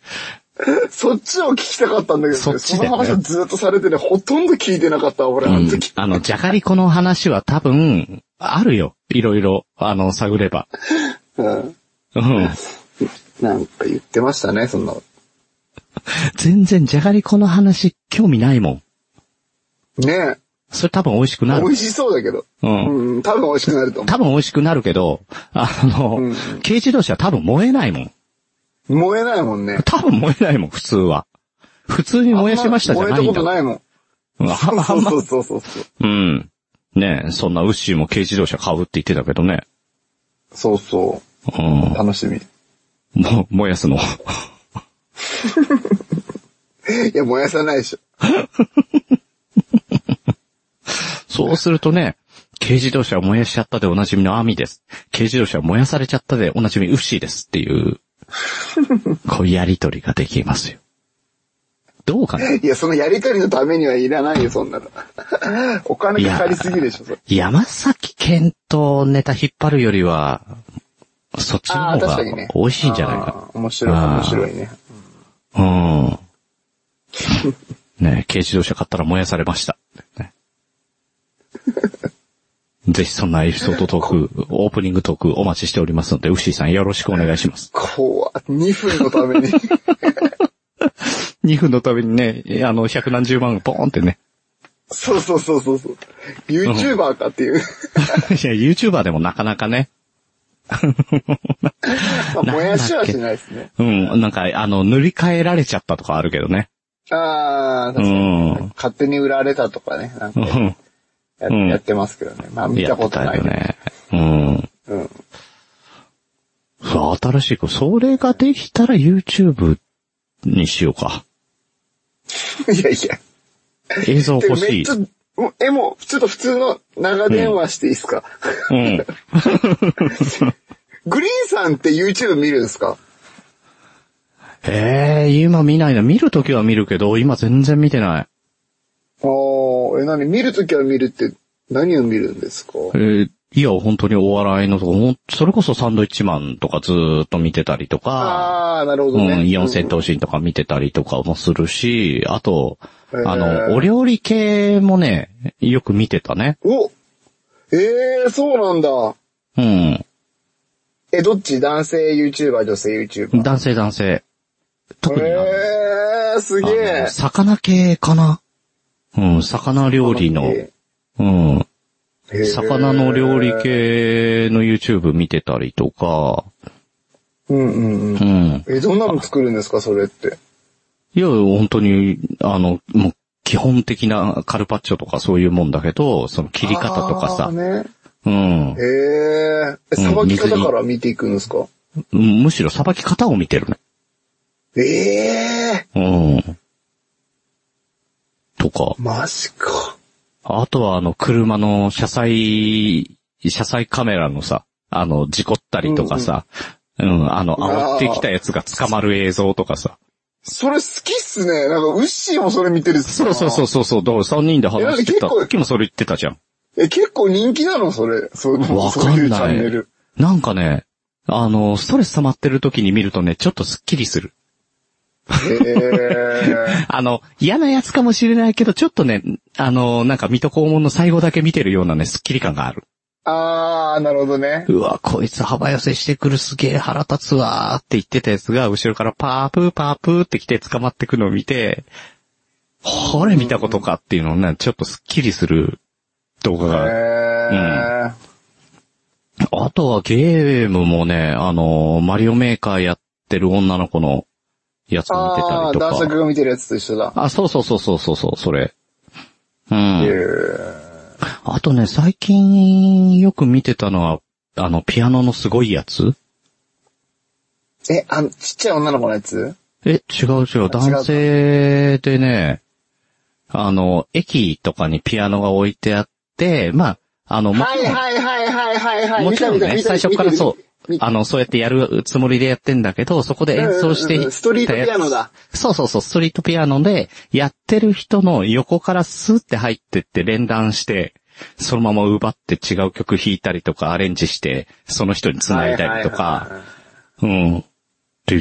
S4: そっちを聞きたかったんだけど、ね、
S3: そっちだよね
S4: の話をずーっとされてね、ほとんど聞いてなかった、俺、
S3: う
S4: あの
S3: ん
S4: 時。。
S3: あの、じゃがりこの話は多分、あるよ。いろいろ、あの、探れば。
S4: うん。
S3: うん。
S4: なんか言ってましたね、そんな。
S3: 全然じゃがりこの話、興味ないもん。
S4: ね
S3: それ多分美味しく
S4: え
S3: な
S4: 美
S3: る。
S4: 味しそうだけど。
S3: う。
S4: うんん、多分美味しくなると思
S3: 多分美味しくなるけど、あの、
S4: うん
S3: 軽自動車は多分燃えないもん。
S4: う。燃えないもんね。
S3: 多分燃えないもん、普通は。普通に燃やしましたじゃないん
S4: 燃えたこと
S3: だ。
S4: ないもん。
S3: うんああんま
S4: そうそうそうそう。
S3: うん。ねえ、そんなウッシーも軽自動車買うって言ってたけどね。
S4: そうそうう。
S3: ん。
S4: 楽しみ。
S3: も、燃やすの。
S4: いや、燃やさないでしょ。
S3: そうするとね、軽自動車を燃やしちゃったでおなじみのアミです。軽自動車を燃やされちゃったでおなじみウッシーですって いう、こういうやりとりができますよ。どうかない
S4: や、そのやりとりのためにはいらないよ、そんなの。 お金かかりすぎでしょ、それ。
S3: 山崎健とネタ引っ張るよりは、そっち
S4: あ
S3: の方
S4: あ、確
S3: が
S4: かにね。
S3: 美味しいんじゃないか。
S4: あー面白い、
S3: あー
S4: 面白いね。
S3: うん。ね軽自動車買ったら燃やされました。ね ぜひそんなエピソードトーク、オープニングトークお待ちしておりますので、ウッシーさんよろしくお願いします。
S4: 怖っ2分のため に。
S3: 2分のためにね、あの、百何十万ポーンってね。
S4: そうそうそうそうそう。YouTuber かっ ていう。
S3: いや、YouTuber でもなかなかね、
S4: まあ、
S3: なんだっけ
S4: 燃やしはしないですね。
S3: うん、なんか、あの、塗り替えられちゃったとかあるけどね。
S4: ああ、確か
S3: う
S4: に
S3: ん。
S4: 勝手に売られたとかね。なん
S3: う
S4: かや
S3: ん。
S4: や
S3: うん
S4: ってますけどね。まあ見たことない
S3: やって。たよね。うん。
S4: うん
S3: そう、新しい子。それができたら YouTube にしようか。
S4: いやいや。
S3: 映像
S4: てか
S3: 欲
S4: め
S3: し
S4: っ
S3: い
S4: ち。ゃ、もうえ、もう、ちょっと普通の長電話していいですか、
S3: うん。
S4: グリーンさんって YouTube 見るんですか
S3: ええ今見ないな。見るときは見るけど、今全然見てない。
S4: ああ、え、何見るときは見るって何を見るんですか
S3: えーいや、本当にお笑いのとこ、ほんそれこそサンドイッチマンとかずーっと見てたりとか。
S4: ああ、なるほど
S3: う
S4: ね。
S3: ん、イオン戦闘シーンとか見てたりとかもするし、あと、
S4: へー
S3: あの、お料理系もね、よく見てたね。
S4: おええー、そうなんだ。
S3: うん。
S4: え、どっち男性 YouTuber、女性 YouTuber。
S3: 男性男性。特にあの
S4: ええー、すげ
S3: あ
S4: え
S3: の。魚系かなうん、魚料理の、
S4: え
S3: うん、
S4: ー
S3: 魚の料理。系の YouTube 見てたりとか、
S4: うんうん
S3: う
S4: うん。
S3: ん。
S4: え、どんなの作るんですかそれって。
S3: いや、本当に、あの、もう、基本的なカルパッチョとかそういうもんだけど、その切り方とか
S4: あ
S3: さ、
S4: ーね
S3: うん
S4: へーえ。さばき方から見ていくんですか
S3: うん。むしろさばき方を見てるね。
S4: ええ
S3: うん。とか
S4: ー、、マジか。
S3: あとはあの、車の車載、車載カメラのさ、あの、事故ったりとかさ、うん、あの、煽
S4: あー
S3: ってきたやつが捕まる映像とかさ。
S4: それ好きっすね。なんか、ウッシーもそれ見てるっす
S3: そうそうそうそうそう、どう3人で話してた
S4: いや結構
S3: 時もそれ言ってたじゃん。
S4: う。え、結構人気なのそれ。その
S3: わ
S4: そう
S3: か
S4: い
S3: ん
S4: うチャ
S3: な
S4: ンネ
S3: い
S4: ル。。
S3: なんかね、あの、ストレス溜まってる時に見るとね、ちょっとスッキリする。
S4: え
S3: あの、嫌なやつかもしれないけど、ちょっとね、あの、なんか、水戸黄門の最後だけ見てるようなね、スッキリ感がある。
S4: ー、あー、なるほどね。
S3: うわ、こいつ幅寄せしてくるすげえ腹立つわーって言ってたやつが、後ろからパープーパープーって来て捕まってくのを見て、ほれ見たことかっていうのをね、ちょっとスッキリする動画
S4: え
S3: が。
S4: ー、
S3: あとはゲームもね、あのー、マリオメーカーやってる女の子のやつ見てた
S4: あ
S3: りと
S4: ー、男
S3: か。
S4: 作が見てるやつと一緒だ。
S3: あ、そうそうそうそうそうそう、それ。うん。
S4: えー
S3: あとね、最近よく見てたのは、あの、ピアノのすごいやつ
S4: え、あの、ちっちゃい女の子のやつ
S3: え、違う違う。男性でね、あの、駅とかにピアノが置いてあって、まあ、あの、も
S4: はい
S3: ちろん
S4: はいはいはいはいはい。
S3: もちろん
S4: 見た見
S3: ね、
S4: た
S3: 最初からそう、
S4: み
S3: あの、そうやってやるつもりでやってんだけど、そこで演奏して
S4: うんうんうんうんストリートピアノだ。
S3: そうそうそう、ストリートピアノで、やってる人の横からスーって入ってって連弾して、そのまま奪って違う曲弾いたりとかアレンジして、その人に繋いだりと
S4: はいはいはい
S3: か、うん。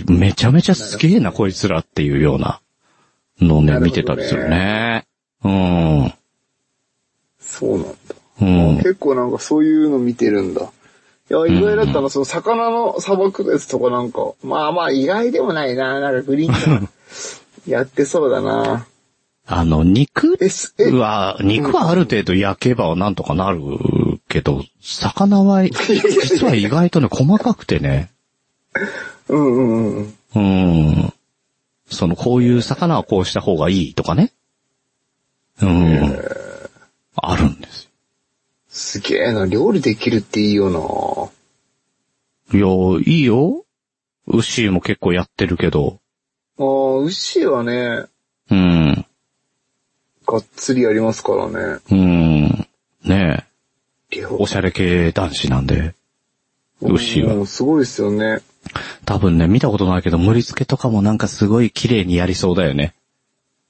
S3: で、めちゃめちゃすげえな、こいつらっていうようなのをね、
S4: なる
S3: 見
S4: ほ
S3: て
S4: どね
S3: たりするね。うん。
S4: そうなんだ。
S3: うん。
S4: 結構なんかそういうの見てるんだ。いや、意外だったな、その魚の砂漠のやつとかなんか、まあまあ意外でもないな、なんかグリー ンがやってそうだな。
S3: あの、肉
S4: え、すえ、
S3: は、肉はある程度焼けばなんとかなるけど、魚は、 実は意外とね、細かくてね、
S4: うんうんうん。
S3: うん。その、こういう魚はこうした方がいいとかね。うん。あるんです
S4: すげえな、料理できるっていいよな。
S3: よ。いや、いいよ。ウッシーも結構やってるけど、
S4: ああ、牛はね、
S3: うん。
S4: がっつりやりますからね。
S3: うん。ね
S4: 料
S3: え、おしゃれ系男子なんで、牛は
S4: もうすごいですよね。
S3: 多分ね、見たことないけど、盛り付けとかもなんかすごい綺麗にやりそうだよね。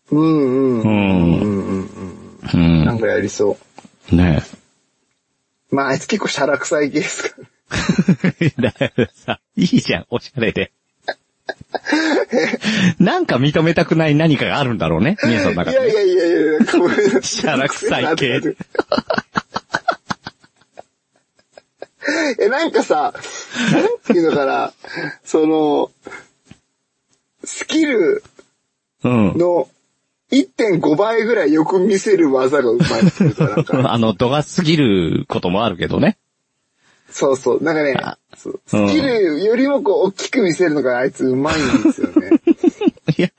S4: うんう
S3: うん。
S4: ん。うんうんうん。
S3: う
S4: なん
S3: ん。
S4: かやりそ
S3: ねえ。
S4: う。まあ、あいつ結構シャラ臭い系ですか
S3: だ
S4: ら。
S3: からさ、 いいじゃん、おしゃれで。 なんか認めたくない何かがあるんだろうね、皆さんの中
S4: い
S3: で
S4: や
S3: ね。
S4: いやいやいや、ごめんなさい
S3: シャラ臭い系。
S4: え、なんかさ、なんていうのかな、その、スキル
S3: うん。
S4: の1.5倍ぐらいよく見せる技がうまいっていうかなんか
S3: あの、度が過ぎることもあるけどね。
S4: そうそう。なんか ね
S3: あ、
S4: そうス
S3: うん
S4: キルよりもこう、大きく見せるのがあいつうまいんですよね。
S3: いや、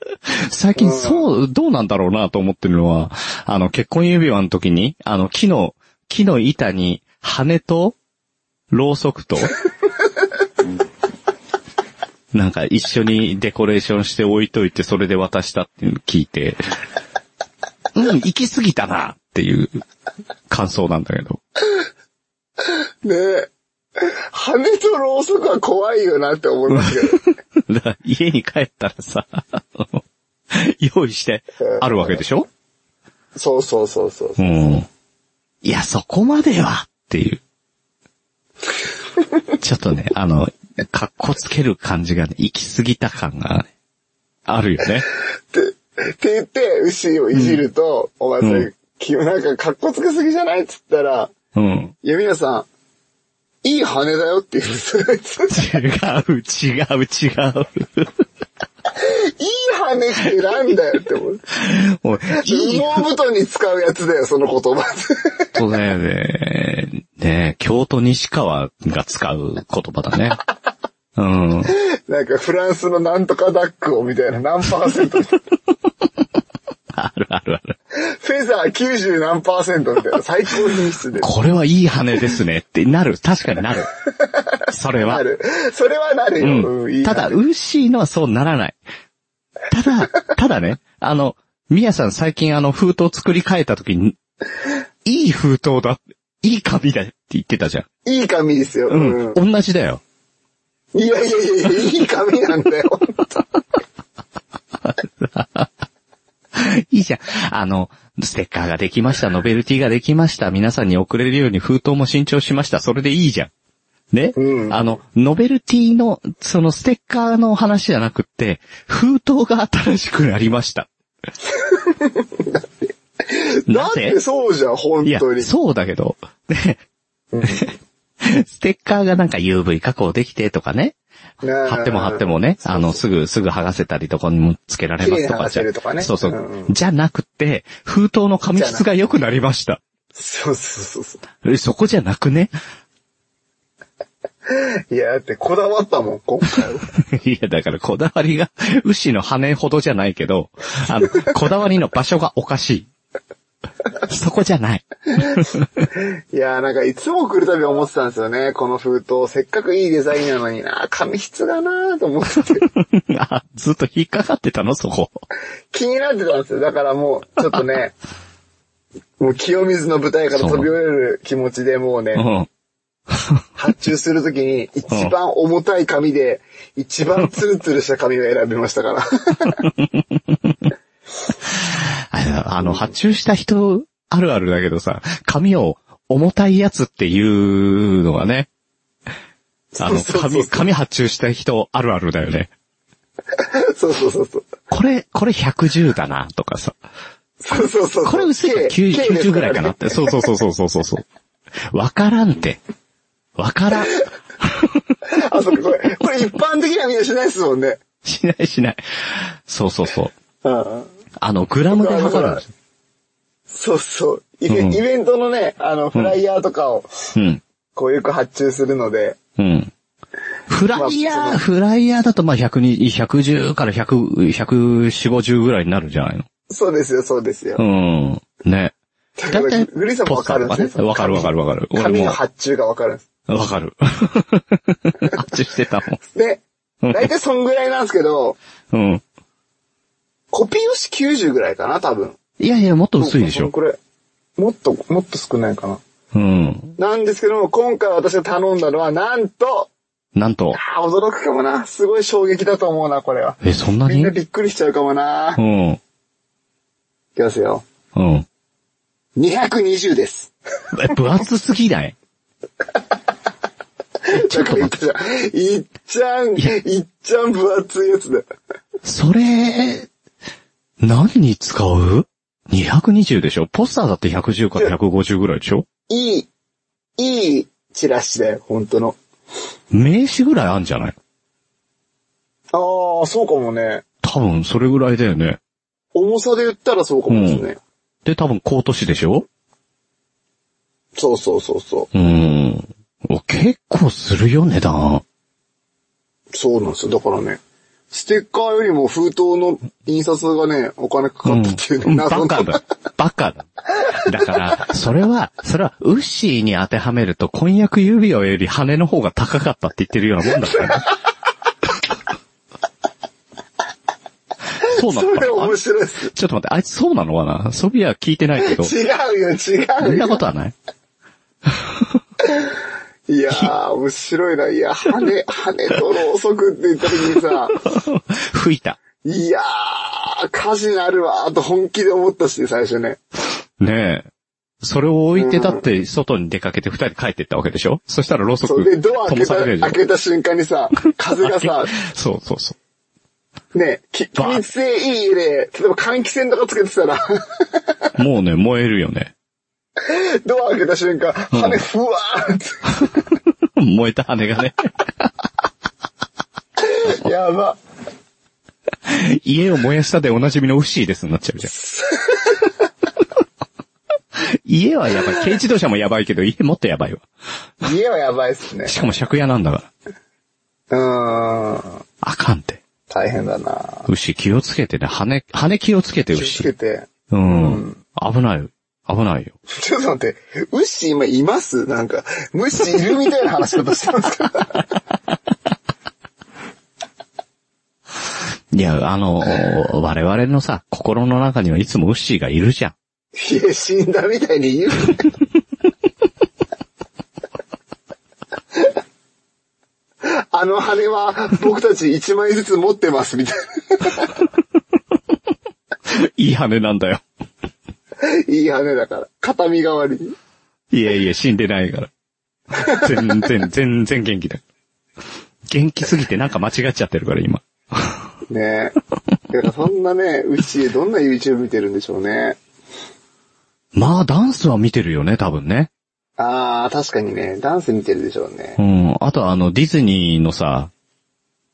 S3: 最近そう、どうなんだろうなと思ってるのは、あの、結婚指輪の時に、あの、木の、木の板に、羽と、ろうそくと、なんか一緒にデコレーションして置いといて、それで渡したっていうの聞いて、うん、行き過ぎたなっていう感想なんだけど。
S4: ねえ。羽とろうそくは怖いよなって思いますけど。
S3: だから家に帰ったらさ、あの用意してあるわけでしょ
S4: そうそうそうそう。
S3: うん。いや、そこまではっていう。ちょっとね、あの、格好つける感じがね、行き過ぎた感が、ね、あるよね。
S4: って言って、牛をいじると、お前それ、君なんか格好つけすぎじゃないっつったら、
S3: うん。
S4: 弓矢さん、いい羽だよって言うんですよ。 あいつ
S3: 違う、違う、違う。
S4: いい羽ってなんだよって思う。
S3: おいいい
S4: 羽毛布団に使うやつだよ、その言葉。
S3: ことだよね。ねえ京都西川が使う言葉だね。うん。
S4: なんかフランスのなんとかダックをみたいな何パーセント。 フ
S3: あるあるある。
S4: ェザー90何パーセントみたいな最高品質で。
S3: これはいい羽ですねってなる。確かになる。それは
S4: な。る。それはなるよ。うん、いい羽
S3: ただ、ウッシーのはそうならない。ただ、 ただね、あの、ミヤさん最近あの封筒作り変えた時 に、いい封筒だ、いい紙だって言ってたじゃん。
S4: いい髪ですよ。
S3: うん。
S4: うん
S3: 同じだよ。
S4: いやいやいやいや、いい髪なんだ よ。
S3: いいじゃん。あの、ステッカーができました、ノベルティができました、皆さんに送れるように封筒も新調しました、それでいいじゃん。ね、
S4: うん
S3: あの、ノベルティの、そのステッカーの話じゃなくって、封筒が新しくなりま した。
S4: だってそうじゃん、本
S3: いや
S4: 当、に。
S3: そうだけど、ね、 ステッカーがなんか UV 加工できてとかね、 貼
S4: 貼
S3: っても貼ってもね、あの、すぐ、すぐ剥がせたりとかにもつけられますとか
S4: 綺麗に剥がせるとかね
S3: そうそううん
S4: う。ん
S3: じゃなくて、封筒の紙質が良くなりました。
S4: そうそうそうそ
S3: えそこじゃなくね
S4: う。いや、だってこだわったもん、今回 は。
S3: いや、だからこだわりが、牛の羽ほどじゃないけど、あの、こだわりの場所がおかしい。そこじゃない。
S4: いや、なんかいつも来るたび思ってたんですよね、この封筒。せっかくいいデザインなのにな、紙質がなと思ってて、
S3: あ、ずっと引っかかってたのそこ。
S4: 気になってたんですよ。だからもう、ちょっとね、もう清水の舞台から飛び降りる気持ちでもうね、
S3: うん。
S4: 発注するときに、一番重たい紙で、一番ツルツルした紙を選びまし たから。
S3: あ あの、発注した人あるあるだけどさ、紙を重たいやつっていうのがね、あの、
S4: そうそうそう
S3: 紙、紙発注した人あるあるだよね。
S4: そうそうそうそう。
S3: これ、これ110だな、とかさ。
S4: そうそうそう。
S3: これ薄いから
S4: K-
S3: 90
S4: K です
S3: 90ぐらいかなって。そうそうそうそうそうそうそう。わからんって。わからん。
S4: あ、そっか、これ、これ一般的にはみんなしないですもんね。
S3: しないしない。そうそうそう。
S4: うん。
S3: あの、グラムで測るんですよ。
S4: そうそう。イベ,、
S3: うん
S4: イベントのね、あの、フライヤーとかを、
S3: うん。
S4: こうよく発注するので、
S3: うん。フライ
S4: まあ
S3: ヤ
S4: そ
S3: ー、
S4: の
S3: フライヤーだとまあ120、110から100、140、50ぐらいになるんじゃないの
S4: そうですよ、そうですよ。
S3: うん。ね。
S4: だ
S3: だ
S4: か
S3: いた
S4: ら、
S3: い
S4: グリーンさんもわかるんですよ。
S3: わかるわかるわかる。俺
S4: 紙
S3: も
S4: の、発注がわかるんです。
S3: わか る。発注してた
S4: で、
S3: もん。
S4: 大体そんぐらいなんですけど、
S3: うん。
S4: コピー用紙90ぐらいかな、多分。
S3: いやいや、もっと薄いでし
S4: そう
S3: ょ。
S4: これ、もっと、もっと少ないかな。
S3: うん。
S4: なんですけども、今回私が頼んだのは、なんと、
S3: なんと、
S4: あー驚くかもな。すごい衝撃だと思うな、これは。
S3: え、そんな
S4: みん
S3: に
S4: なびっくりしちゃうかもな。
S3: う
S4: い
S3: ん。
S4: きますよ。
S3: うん。
S4: 220です。
S3: え分厚すぎ ないちょっと待
S4: いっ
S3: って、
S4: ちゃん、いっちゃん、いっちゃん分厚いやつだ。
S3: それ、何に使う ?220 でしょポスターだって110から150ぐらいでしょ
S4: いい、いいチラシだよ、本当の。
S3: 名刺ぐらいあんじゃない
S4: ああ、そうかもね。
S3: 多分それぐらいだよね。
S4: 重さで言ったらそうかもですね。
S3: で、多分コート紙でしょ
S4: そうそうそうそう
S3: ーん。お結構するよ、値段。
S4: う。そうなんですよ。だからね、ステッカーよりも封筒の印刷がね、お金か
S3: う
S4: か
S3: ん
S4: ったっていうね、。
S3: バ
S4: 謎の
S3: カだ。バカだ。だから、それは、それは、ウッシーに当てはめると、婚約指輪より羽の方が高かったって言ってるようなもんだ からね。そうな
S4: そ
S3: の
S4: れ
S3: か
S4: 面
S3: な
S4: 白いです。
S3: ちょっと待って、あいつそうなのかなソビア聞いてないけ ど。そ
S4: 違うよ、違
S3: ん
S4: う
S3: な
S4: よ。
S3: ことはない
S4: いやー、面白いな。いや、羽、羽とろうそくって言った時にさ、
S3: 吹いた。
S4: いやー、火事なるわーと本気で思ったし、最初ね。
S3: ねえ。それを置いてだって、外に出かけて二人で帰ってったわけでしょそしたらろうそ
S4: そ
S3: く
S4: れでドア
S3: 灯
S4: 開け
S3: さ
S4: た、
S3: れるで
S4: 開
S3: し
S4: けた瞬間に さ、風がさ、
S3: ょそうそうそう。
S4: ね、き気
S3: バー
S4: 密性いい家で、例えば換気扇とかつけてたら、
S3: もうね、燃えるよね。
S4: ドア開けた瞬間、羽ふわーって、
S3: 燃えた羽 がね、
S4: やば。
S3: 家を燃やしたでおなじみのウッシーですになっちゃう じゃん。家はやばい。軽自動車もやばいけど、家もっとやばいわ。
S4: 家はやばいっすね。
S3: しかも借家なんだから。
S4: うーん。
S3: あかんって。
S4: 大変だな
S3: ウッシー気をつけてね。羽、羽気をつけてウッ
S4: 気をつ
S3: シ
S4: け
S3: ー。
S4: て。
S3: うん。危ないよ。危ないよ。
S4: ちょっと待って、ウッシー今いますなんか、ウッシーいるみたいな話し方してますか
S3: いや、あの、我々のさ、心の中にはいつもウッシーがいるじゃん。
S4: いや、死んだみたいに言う。あの羽は僕たち1枚ずつ持ってますみたい
S3: いい羽なんだよ。
S4: な。いい羽だから。片身代わりに。
S3: いやいや、死んでない から。全然、全然元気だ。元気すぎてなんか間違っちゃってるから、今。
S4: ねえ。だからそんなね、うちどんな YouTube 見てるんでしょうね。
S3: まあ、ダンスは見てるよね、多分ね。
S4: あー、確かにね、ダンス見てるでしょうね
S3: う。ん。あとはあの、ディズニーのさ、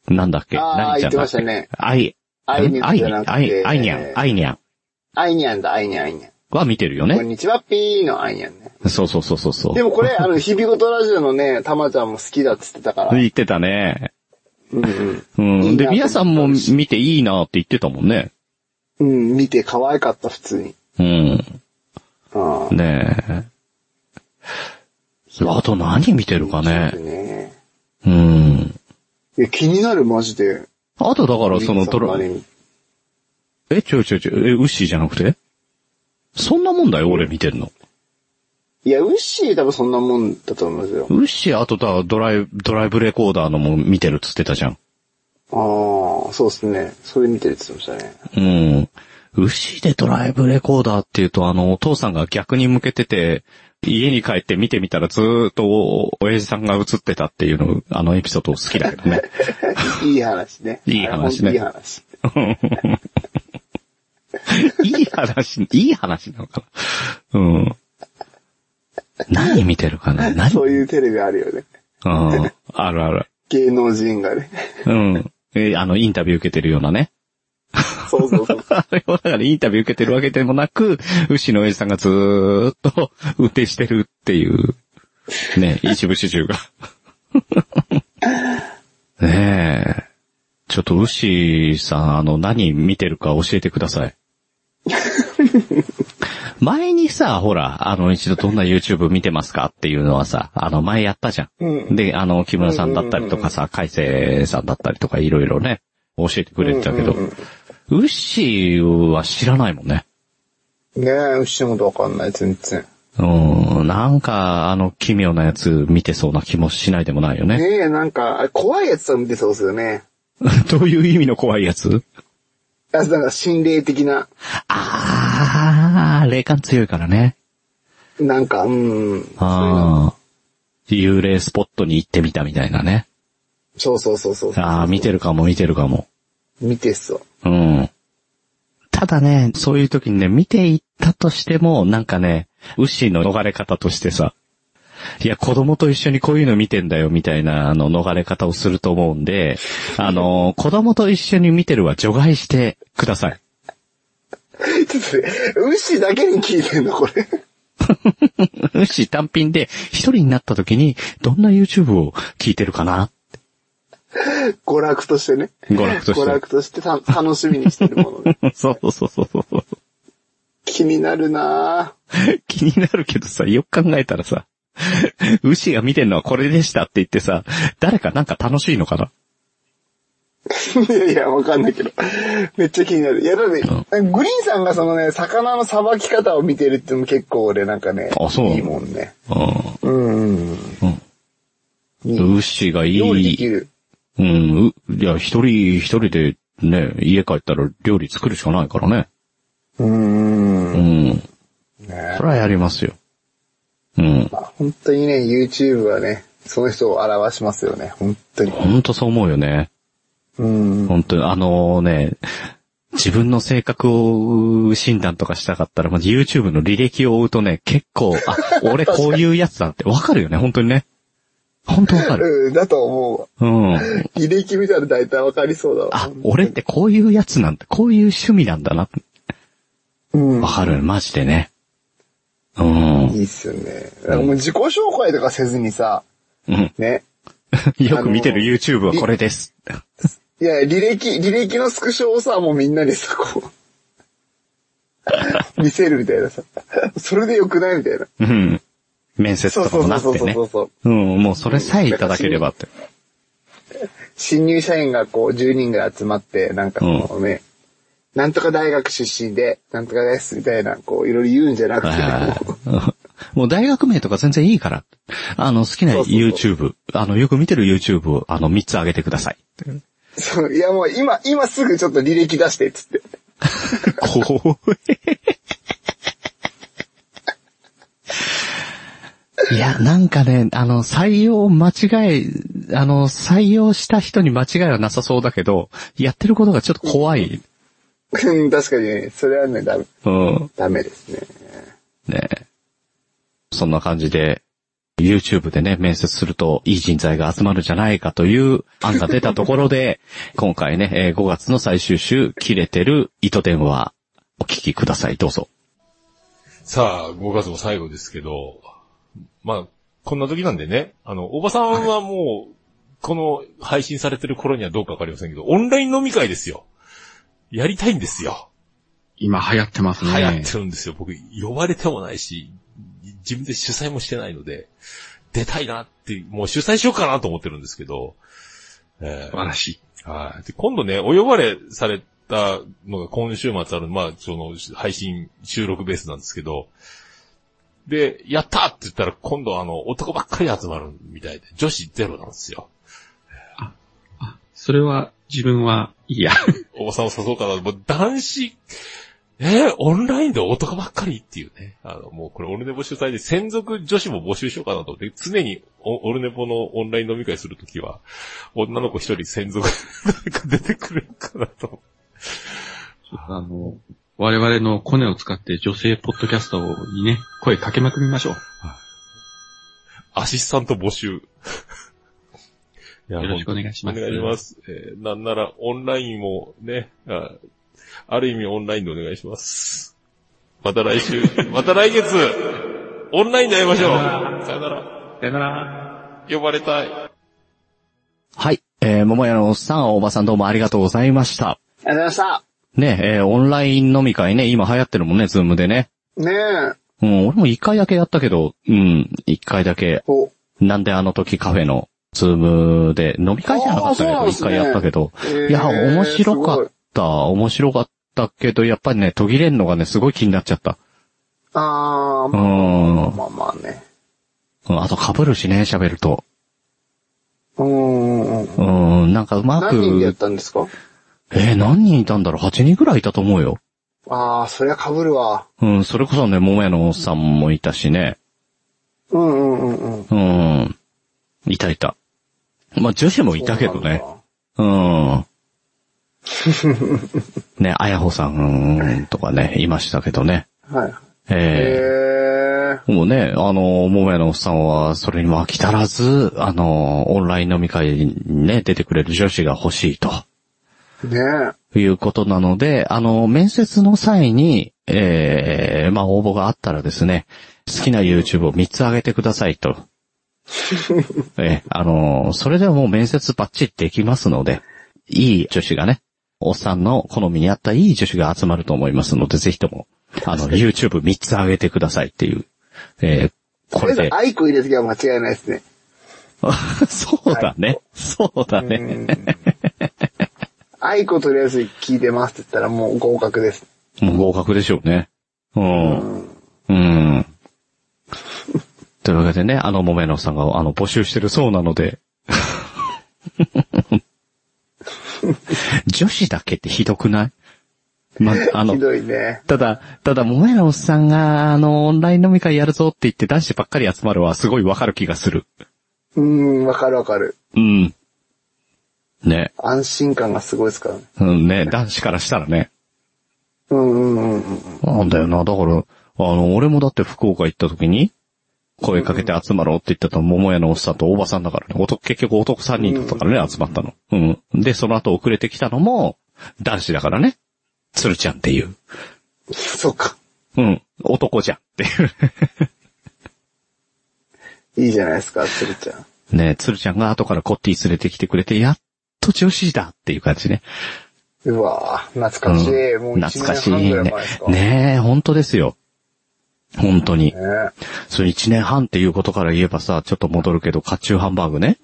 S3: なんだっけ
S4: あー
S3: 何ちゃんだっけ
S4: 言ってましたね
S3: アイ、
S4: アイニャンじゃなくて
S3: アイ、アイニャン、アイニャン
S4: アイニャンだ、アイニャン、アイニャン。
S3: は見てるよ
S4: こん
S3: ね。
S4: にちは、ピーのアイニャンね。
S3: そうそうそうそうそう。
S4: でもこれ、あの、日々ごとラジオのね、たまちゃんも好きだっつってたから。
S3: 言ってたね。
S4: うんうん。
S3: うん。で、
S4: いい
S3: ミヤ
S4: なと
S3: さん
S4: 思
S3: も
S4: ったし
S3: 見ていいなって言ってたもんね。
S4: うん、見て可愛かった、普通に。
S3: うん。
S4: ああ。
S3: ねえ。あと何見てるかね。
S4: ね
S3: うん。
S4: いや、気になる、マジで。
S3: あとだからその
S4: ト
S3: ド
S4: ロ
S3: ラ、え、ちょいちょいちょい、え、ウッシーじゃなくてそんなもんだよ、俺見てるの。
S4: いや、ウッシー多分そんなもんだと思いますよ。
S3: ウッシー、あとだ、ドライブ、ドライブレコーダーのも見てるっつってたじゃん。
S4: ああ、そうですね。それ見てるって言って ましたね。
S3: うん。ウッシーでドライブレコーダーっていうと、あの、お父さんが逆に向けてて、家に帰って見てみたらずーっとお、親父さんが映ってたっていうの、あのエピソード好きだけど ね。
S4: いい話ね。
S3: いい話ね
S4: あれほんといい話。
S3: いい話、いい話なのかな。うん。何見てるかな何
S4: そういうテレビあるよね。
S3: うん。あるある。
S4: 芸能人が ね。
S3: うん。え、あの、インタビュー受けてるようなね。
S4: そうそうそう。
S3: あれをだからインタビュー受けてるわけでもなく、牛の親父さんがずーっと運転してるっていう、ね、一部始終が。 ねえ。ちょっと牛さん、あの、何見てるか教えてください。前にさ、ほら、あの、一度どんな YouTube 見てますかっていうのはさ、あの、前やったじゃん。
S4: うん
S3: で、あの、木村さんだったりとかさ、海星さんだったりとかいろいろね、教えてくれてたけど、
S4: うんうん
S3: ウッシーは知らないもんね。
S4: ねえ、ウッシーのことわかんない、全然。
S3: うん、なんか、あの、奇妙なやつ見てそうな気もしないでもないよね。
S4: ねえ、なんか、あれ怖いやつとか見てそうですよね。
S3: どういう意味の怖いやつ
S4: あ、だから心霊的な、
S3: あー、霊感強いからね。
S4: なんか、うん。
S3: あー、幽霊スポットに行ってみたみたいなね。
S4: そうそうそうそう。
S3: あー、見てるかも見てるかも。
S4: 見てそう。
S3: うん。ただね、そういう時にね、見ていったとしても、なんかね、ウッシーの逃れ方としてさ、いや、子供と一緒にこういうの見てんだよ、みたいな、あの、逃れ方をすると思うんで、あの、子供と一緒に見てるは除外してください。
S4: ちょっとね、ウッシーだけに聞いてんの、これ。
S3: ウッシー単品で、一人になった時に、どんな YouTube を聞いてるかな
S4: 娯楽としてね。
S3: 娯楽として
S4: 娯楽としてた楽しみにしてるものね。
S3: そうそうそうそう。
S4: 気になるなぁ。
S3: 気になるけどさ、よく考えたらさ、 ウッシーが見てんのはこれでしたって言ってさ、誰かなんか楽しいのかない
S4: やいや、わかんないけど。めっちゃ気になる。いや、だって、グリーンさんがそのね、魚のさばき方を見てるってのも結構俺なんかね、
S3: あそうなの
S4: いいもんね。
S3: うん
S4: うん。うん。いい
S3: ウッシーがい
S4: 料理でき
S3: い、
S4: る。
S3: うん、ういや、一人一人でね、家帰ったら料理作るしかないからね。
S4: うーん。
S3: う
S4: ね
S3: ん。
S4: ま
S3: それはやりますよ。うん。
S4: あ本当にね、YouTube はね、その人を表しますよね。本当に。
S3: ほんとそう思うよね。
S4: うん。
S3: ほんと、あのね、自分の性格を診断とかしたかったら、まず YouTube の履歴を追うとね、結構、 あ、俺こういうやつだってわかるよね、本当にね。本当わかる。
S4: うん、だと思うわ。
S3: うん。
S4: 履歴見たら大体わかりそうだわ。
S3: あ、俺ってこういうやつなんだ、こういう趣味なんだな。
S4: うん。
S3: わかる、マジでね。うん。
S4: いいっすよね。なんかもう自己紹介とかせずにさ、
S3: うん。
S4: ね。
S3: よく見てる YouTube はこれです。
S4: いや、履歴、履歴のスクショをさ、もう みんなにさ、こう、見せるみたいなさ。それでよくないみたいな。
S3: うん。面接
S4: そう
S3: とか
S4: そ
S3: もな
S4: うそ
S3: っ
S4: う
S3: て
S4: そう
S3: ね
S4: そう。そ
S3: う
S4: う。
S3: ん、もうそれさえいただければって。
S4: 新入社員がこう10人ぐらい集まって、なんかこうね、なんとか大学出身で、なんとかですみたいな、こういろいろ言うんじゃなく
S3: あ
S4: て、
S3: ー もう大学名とか全然いいから。あの、好きな
S4: そうそうそう
S3: YouTube、あの、よく見てる YouTube を、あの、3つあげてください。
S4: そう、いやもう今、今すぐちょっと履歴出してっつって。
S3: 怖い。いや、なんかね、あの、採用間違い、あの、採用した人に間違いはなさそうだけど、やってることがちょっと怖い。
S4: うん、確かにね、それはね、ダメ、
S3: うん。
S4: ダメですね。
S3: ねえそんな感じで、YouTube でね、面接するといい人材が集まるじゃないかという案が出たところで、 今回ね、えー5月の最終週、切れてる糸電話、お聞きください。どうぞ。
S5: さあ、5月も最後ですけど、まあ、こんな時なんでね、あの、おばさんはもう、この配信されてる頃にはどうかわかりませんけど、オンライン飲み会ですよ。やりたいんですよ。
S6: 今流行ってます
S5: 流
S6: ね。
S5: 行ってるんですよ。僕、呼ばれてもないし、自分で主催もしてないので、出たいなって、もう主催しようかなと思ってるんですけど、え
S6: 素晴らしい。
S5: ーはい。で、今度ね、お呼ばれされたのが今週末ある、まあ、その、配信収録ベースなんですけど、で、やったって言ったら今度あの、男ばっかり集まるみたいで、女子ゼロなんですよ。
S6: それは自分はいいや。
S5: おばさんを誘おうかな。もう男子、えーオンラインで男ばっかりっていうね。あの、もうこれオルネポ主催で専属女子も募集しようかなと思って、常にオオルネポのオンライン飲み会するときは、女の子一人専属 誰か出てくれるかなと。
S6: あの、我々のコネを使って女性ポッドキャスターにね、声かけまくりましょう。
S5: アシスタント募 集。よ
S6: よろしくお願いします
S5: お願いします。えーなんならオンラインもね、あある意味オンラインでお願いします。また来週、また来月、オンラインで会いましょう。さよなら。
S6: さよなら。
S5: 呼ばれたい。
S3: はい。えー、桃屋のおっさん、おばさんどうもありがとうございました。
S4: ありがとうございました。
S3: ねえ、ーオンライン飲み会ね、今流行ってるもんね、ズームでね。
S4: ねえ。
S3: うん、俺も一回だけやったけど、うん、一回だけ、
S4: お、
S3: なんであの時カフェの、ズームで、飲み会じゃなかったけ
S4: あーそうなん
S3: ど、
S4: で
S3: 一
S4: すね
S3: 回やったけど、
S4: えー
S3: いや、面白かっ
S4: す
S3: た、面白かったけど、やっぱりね、途切れんのがね、すごい気になっちゃった。
S4: ごいあ
S3: う
S4: ー、
S3: ん。うん
S4: まあまあね。
S3: あと被るしね、喋ると。
S4: うんうんうん。
S3: うん、なんかうま
S4: 何人でやっ
S3: く、
S4: たんですか
S3: えー何人いたんだろう ?8 人ぐらいいたと思うよ。
S4: あー、そりゃ被るわ。
S3: うん、それこそね、桃屋のおっさんもいたしね。
S4: うんうんうんうん。
S3: うん。いたいた。まあ、女子もいたけどね。 うん。ね、あやほさんとかね、いましたけどね。
S4: そうなんだ。はい。
S3: え
S4: へえ。
S3: えもうね、あの、桃屋のおっさんは、それにも飽き足らず、あの、オンライン飲み会にね、出てくれる女子が欲しいと。
S4: ねえ。
S3: いうことなので、あの、面接の際に、ええまあ、応募があったらですね、好きな YouTube を3つ上げてください と。ええあの、それではもう面接バッチリできますので、いい女子がね、おっさんの好みに合ったいい女子が集まると思いますので、ぜひとも、あの、YouTube3 つ上げてくださいっていう。ええこ
S4: とり
S3: れ
S4: あえ
S3: で
S4: ず、。アイコ入れときは間違いないですね。
S3: そうだね。そうだね。
S4: アイコとりあえず聞いてますって言ったらもう合格です。
S3: もう合格でしょうね。うん。 うん。というわけでね、あの、もめのさんが、あの、募集してるそうなの で。女子だけってひどくない ま、あの
S4: ひ、どいね。
S3: ただ、ただ、もめのおっさんが、あの、オンライン飲み会やるぞって言って男子ばっかり集まるはすごいわかる気がする。
S4: うん、わかるわかる。
S3: うん。ね、
S4: 安心感がすごいですからね。
S3: うんね、男子からしたらね。
S4: うんうんうんうん。
S3: なんだよな。だから、あの、俺もだって福岡行った時に、声かけて集まろうって言ってた桃屋のおっさんとおばさんだからね。男結局男3人だったからね、集まったの。うん。で、その後遅れてきたのも、男子だからね。鶴ちゃんっていう。
S4: そうか。
S3: うん。男じゃんっていう。
S4: いいじゃないですか、つるちゃん。
S3: ね鶴ちゃんが後からコッティ連れてきてくれて、やっと女子だっていう感じね。
S4: うわぁ、懐かしい。
S3: うん
S4: もう1
S3: 懐かし
S4: 年
S3: い
S4: 半ぐらい
S3: ね
S4: 前です。か。
S3: ねえ、本当ですよ。本当に。
S4: ね
S3: それ1年半っていうことから言えばさ、ちょっと戻るけど、カチューハンバーグね。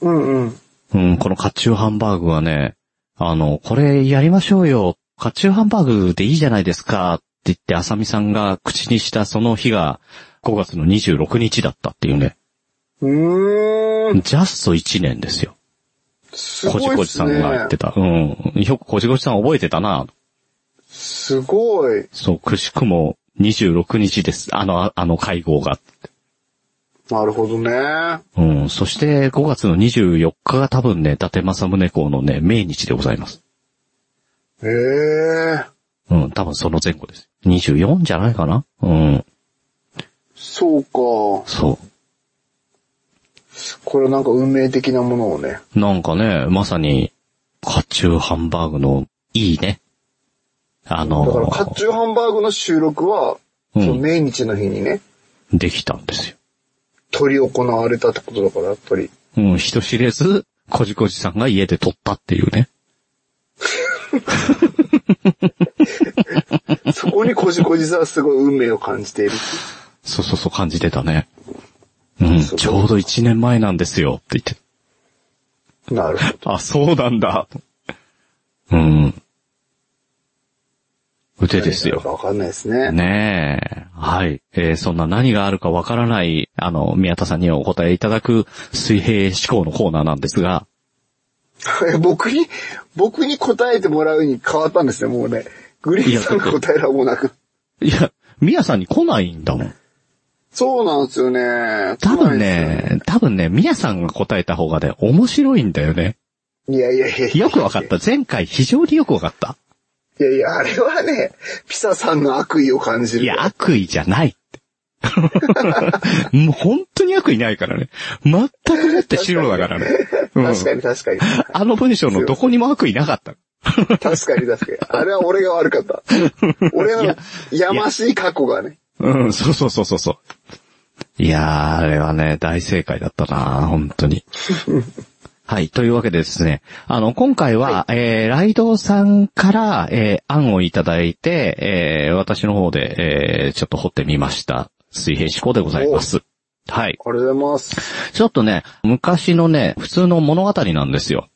S4: うんうん。
S3: うん、このカチューハンバーグはね、あの、これやりましょうよ。カチューハンバーグでいいじゃないですかって言って、あさみさんが口にしたその日が5月の26日だったっていうね。
S4: うーん。
S3: ジャスト1年ですよ。
S4: すご
S3: こじ
S4: い
S3: こ
S4: で
S3: じさ
S4: す
S3: ん
S4: ね。
S3: が言ってた。うん。よくこじこじさん覚えてたな。
S4: すごい。
S3: そう、くしくも26日です。あの、ああの会合が。
S4: なるほどね。
S3: うん。そして5月の24日が多分ね、伊達政宗公のね、命日でございます。
S4: ええ
S3: うん。多分その前後です。24じゃないかなうん。
S4: そうか。こ
S3: そ
S4: れなんか運命的なものをね。
S3: う。なんかね、まさに、カチューハンバーグのいいね。あ
S4: だから、
S3: の
S4: カッチューハンバーグの収録は、
S3: う
S4: その
S3: ん、
S4: 命日の日にね、
S3: できたんですよ。
S4: 取り行われたってことだから、やっぱり。
S3: うん、人知れず、こじこじさんが家で撮ったっていうね。
S4: そこにこじこじさんはすごい運命を感じている。
S3: そうそうそう感じてたね。うん、
S4: そう
S3: ちょうど1年前なんですよって言って。
S4: なるほど。
S3: あ、そうなんだ。うん。腕 ですよ。
S4: わかんないですね。
S3: ねえ。はい。えーそんな何があるかわからない、あの、宮田さんにお答えいただく水平思考のコーナーなんですが、
S4: 僕に、僕に答えてもらうに変わったんですね、もうね。グリーンさんの答えらもうなく。
S3: いや、宮さんに来ないんだもん。
S4: そうなんですよね。
S3: 多分
S4: 来ないですよ。
S3: ね、多分ね、宮さんが答えた方がね、面白いんだよね。
S4: いやいやいや。
S3: よくわかった。前回非常によくわかった。
S4: いやいや、あれはね、ピサさんの悪意を感じる。
S3: いや、悪意じゃないって。 もう本当に悪意ないからね。全くもって白だからね。うん
S4: 確かに確かに。
S3: あの文章のどこにも悪意なかった。
S4: 確かに確かに。あれは俺が悪 かった。俺のやましい過去がね。
S3: うん、そうそうそうそうそう。いやー、あれはね、大正解だったな本当 に。はい。というわけでですね。あの、今回は、えー、ライドさんから、えー、案をいただいて、えー、私の方で、えー、ちょっと掘ってみました。水平思考でございます。はい。
S4: ありがとうございます。
S3: ちょっとね、昔のね、普通の物語なんですよ。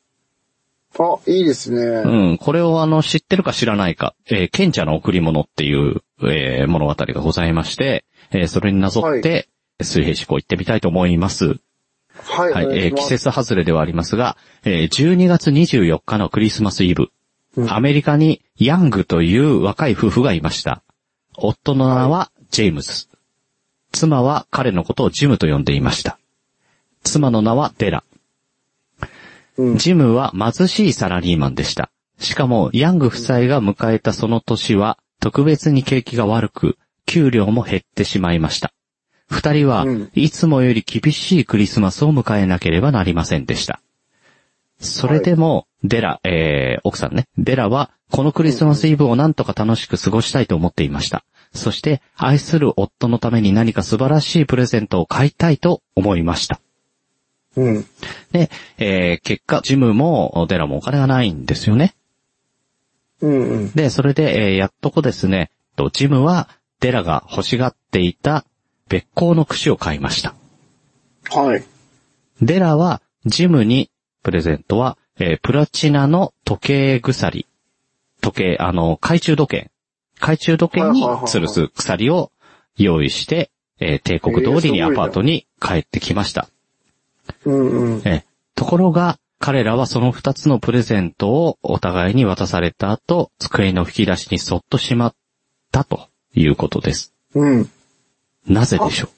S4: あ、いいですね。
S3: うん、これをあの、知ってるか知らないか、えー、賢者の贈り物っていう、えー物語がございまして、えーそれになぞって、水平思考行ってみたいと思います。
S4: はい。
S3: はい
S4: お、願
S3: えー
S4: しま
S3: 季
S4: す
S3: 節外れではありますが、えー12月24日のクリスマスイブ、
S4: うん
S3: アメリカにヤングという若い夫婦がいました。夫の名はジェームス。妻は彼のことをジムと呼んでいました。妻の名はデラ。
S4: うん
S3: ジムは貧しいサラリーマンでした。しかも、ヤング夫妻が迎えたその年は、特別に景気が悪く、給料も減ってしまいました。二人は
S4: うん、
S3: いつもより厳しいクリスマスを迎えなければなりませんでした。それでも、デラ、えー、奥さんね、デラは、このクリスマスイブをなんとか楽しく過ごしたいと思っていました。そして、愛する夫のために何か素晴らしいプレゼントを買いたいと思いました。
S4: うん。
S3: で、えー結果、ジムもデラもお金がないんですよね。
S4: うんうん。
S3: で、それで、えーやっとこですね、とジムはデラが欲しがっていた別行の櫛を買いました。
S4: はい。
S3: デラはジムにプレゼントは、えープラチナの時計鎖。時計、あの、懐中時計。懐中時計に吊るす鎖を用意して、えー帝国通りにアパートに帰ってきました。
S4: うんうん。
S3: ええところが、彼らはその二つのプレゼントをお互いに渡された後、机の引き出しにそっとしまったということです。
S4: うん。
S3: なぜでしょう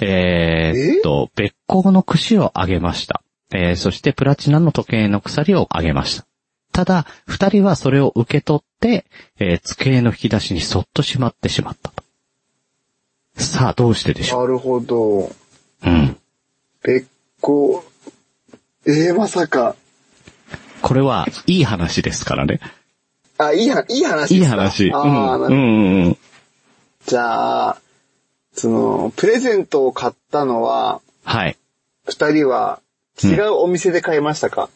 S3: えーっと、別行の櫛をあげました。えーそしてプラチナの時計の鎖をあげました。ただ、二人はそれを受け取って、えー机の引き出しにそっとしまってしまったと。さあ、どうしてでしょ
S4: なるほど。
S3: ううん。
S4: 別個。えー、まさか。
S3: これは、いい話ですからね。
S4: あ、いいは、いい話
S3: い
S4: で
S3: い
S4: すか
S3: 話。う
S4: あー
S3: ん。
S4: な
S3: うんうんうん。
S4: じゃあ、その、プレゼントを買ったのは、
S3: はい。
S4: 二人は違うお店で買いましたか、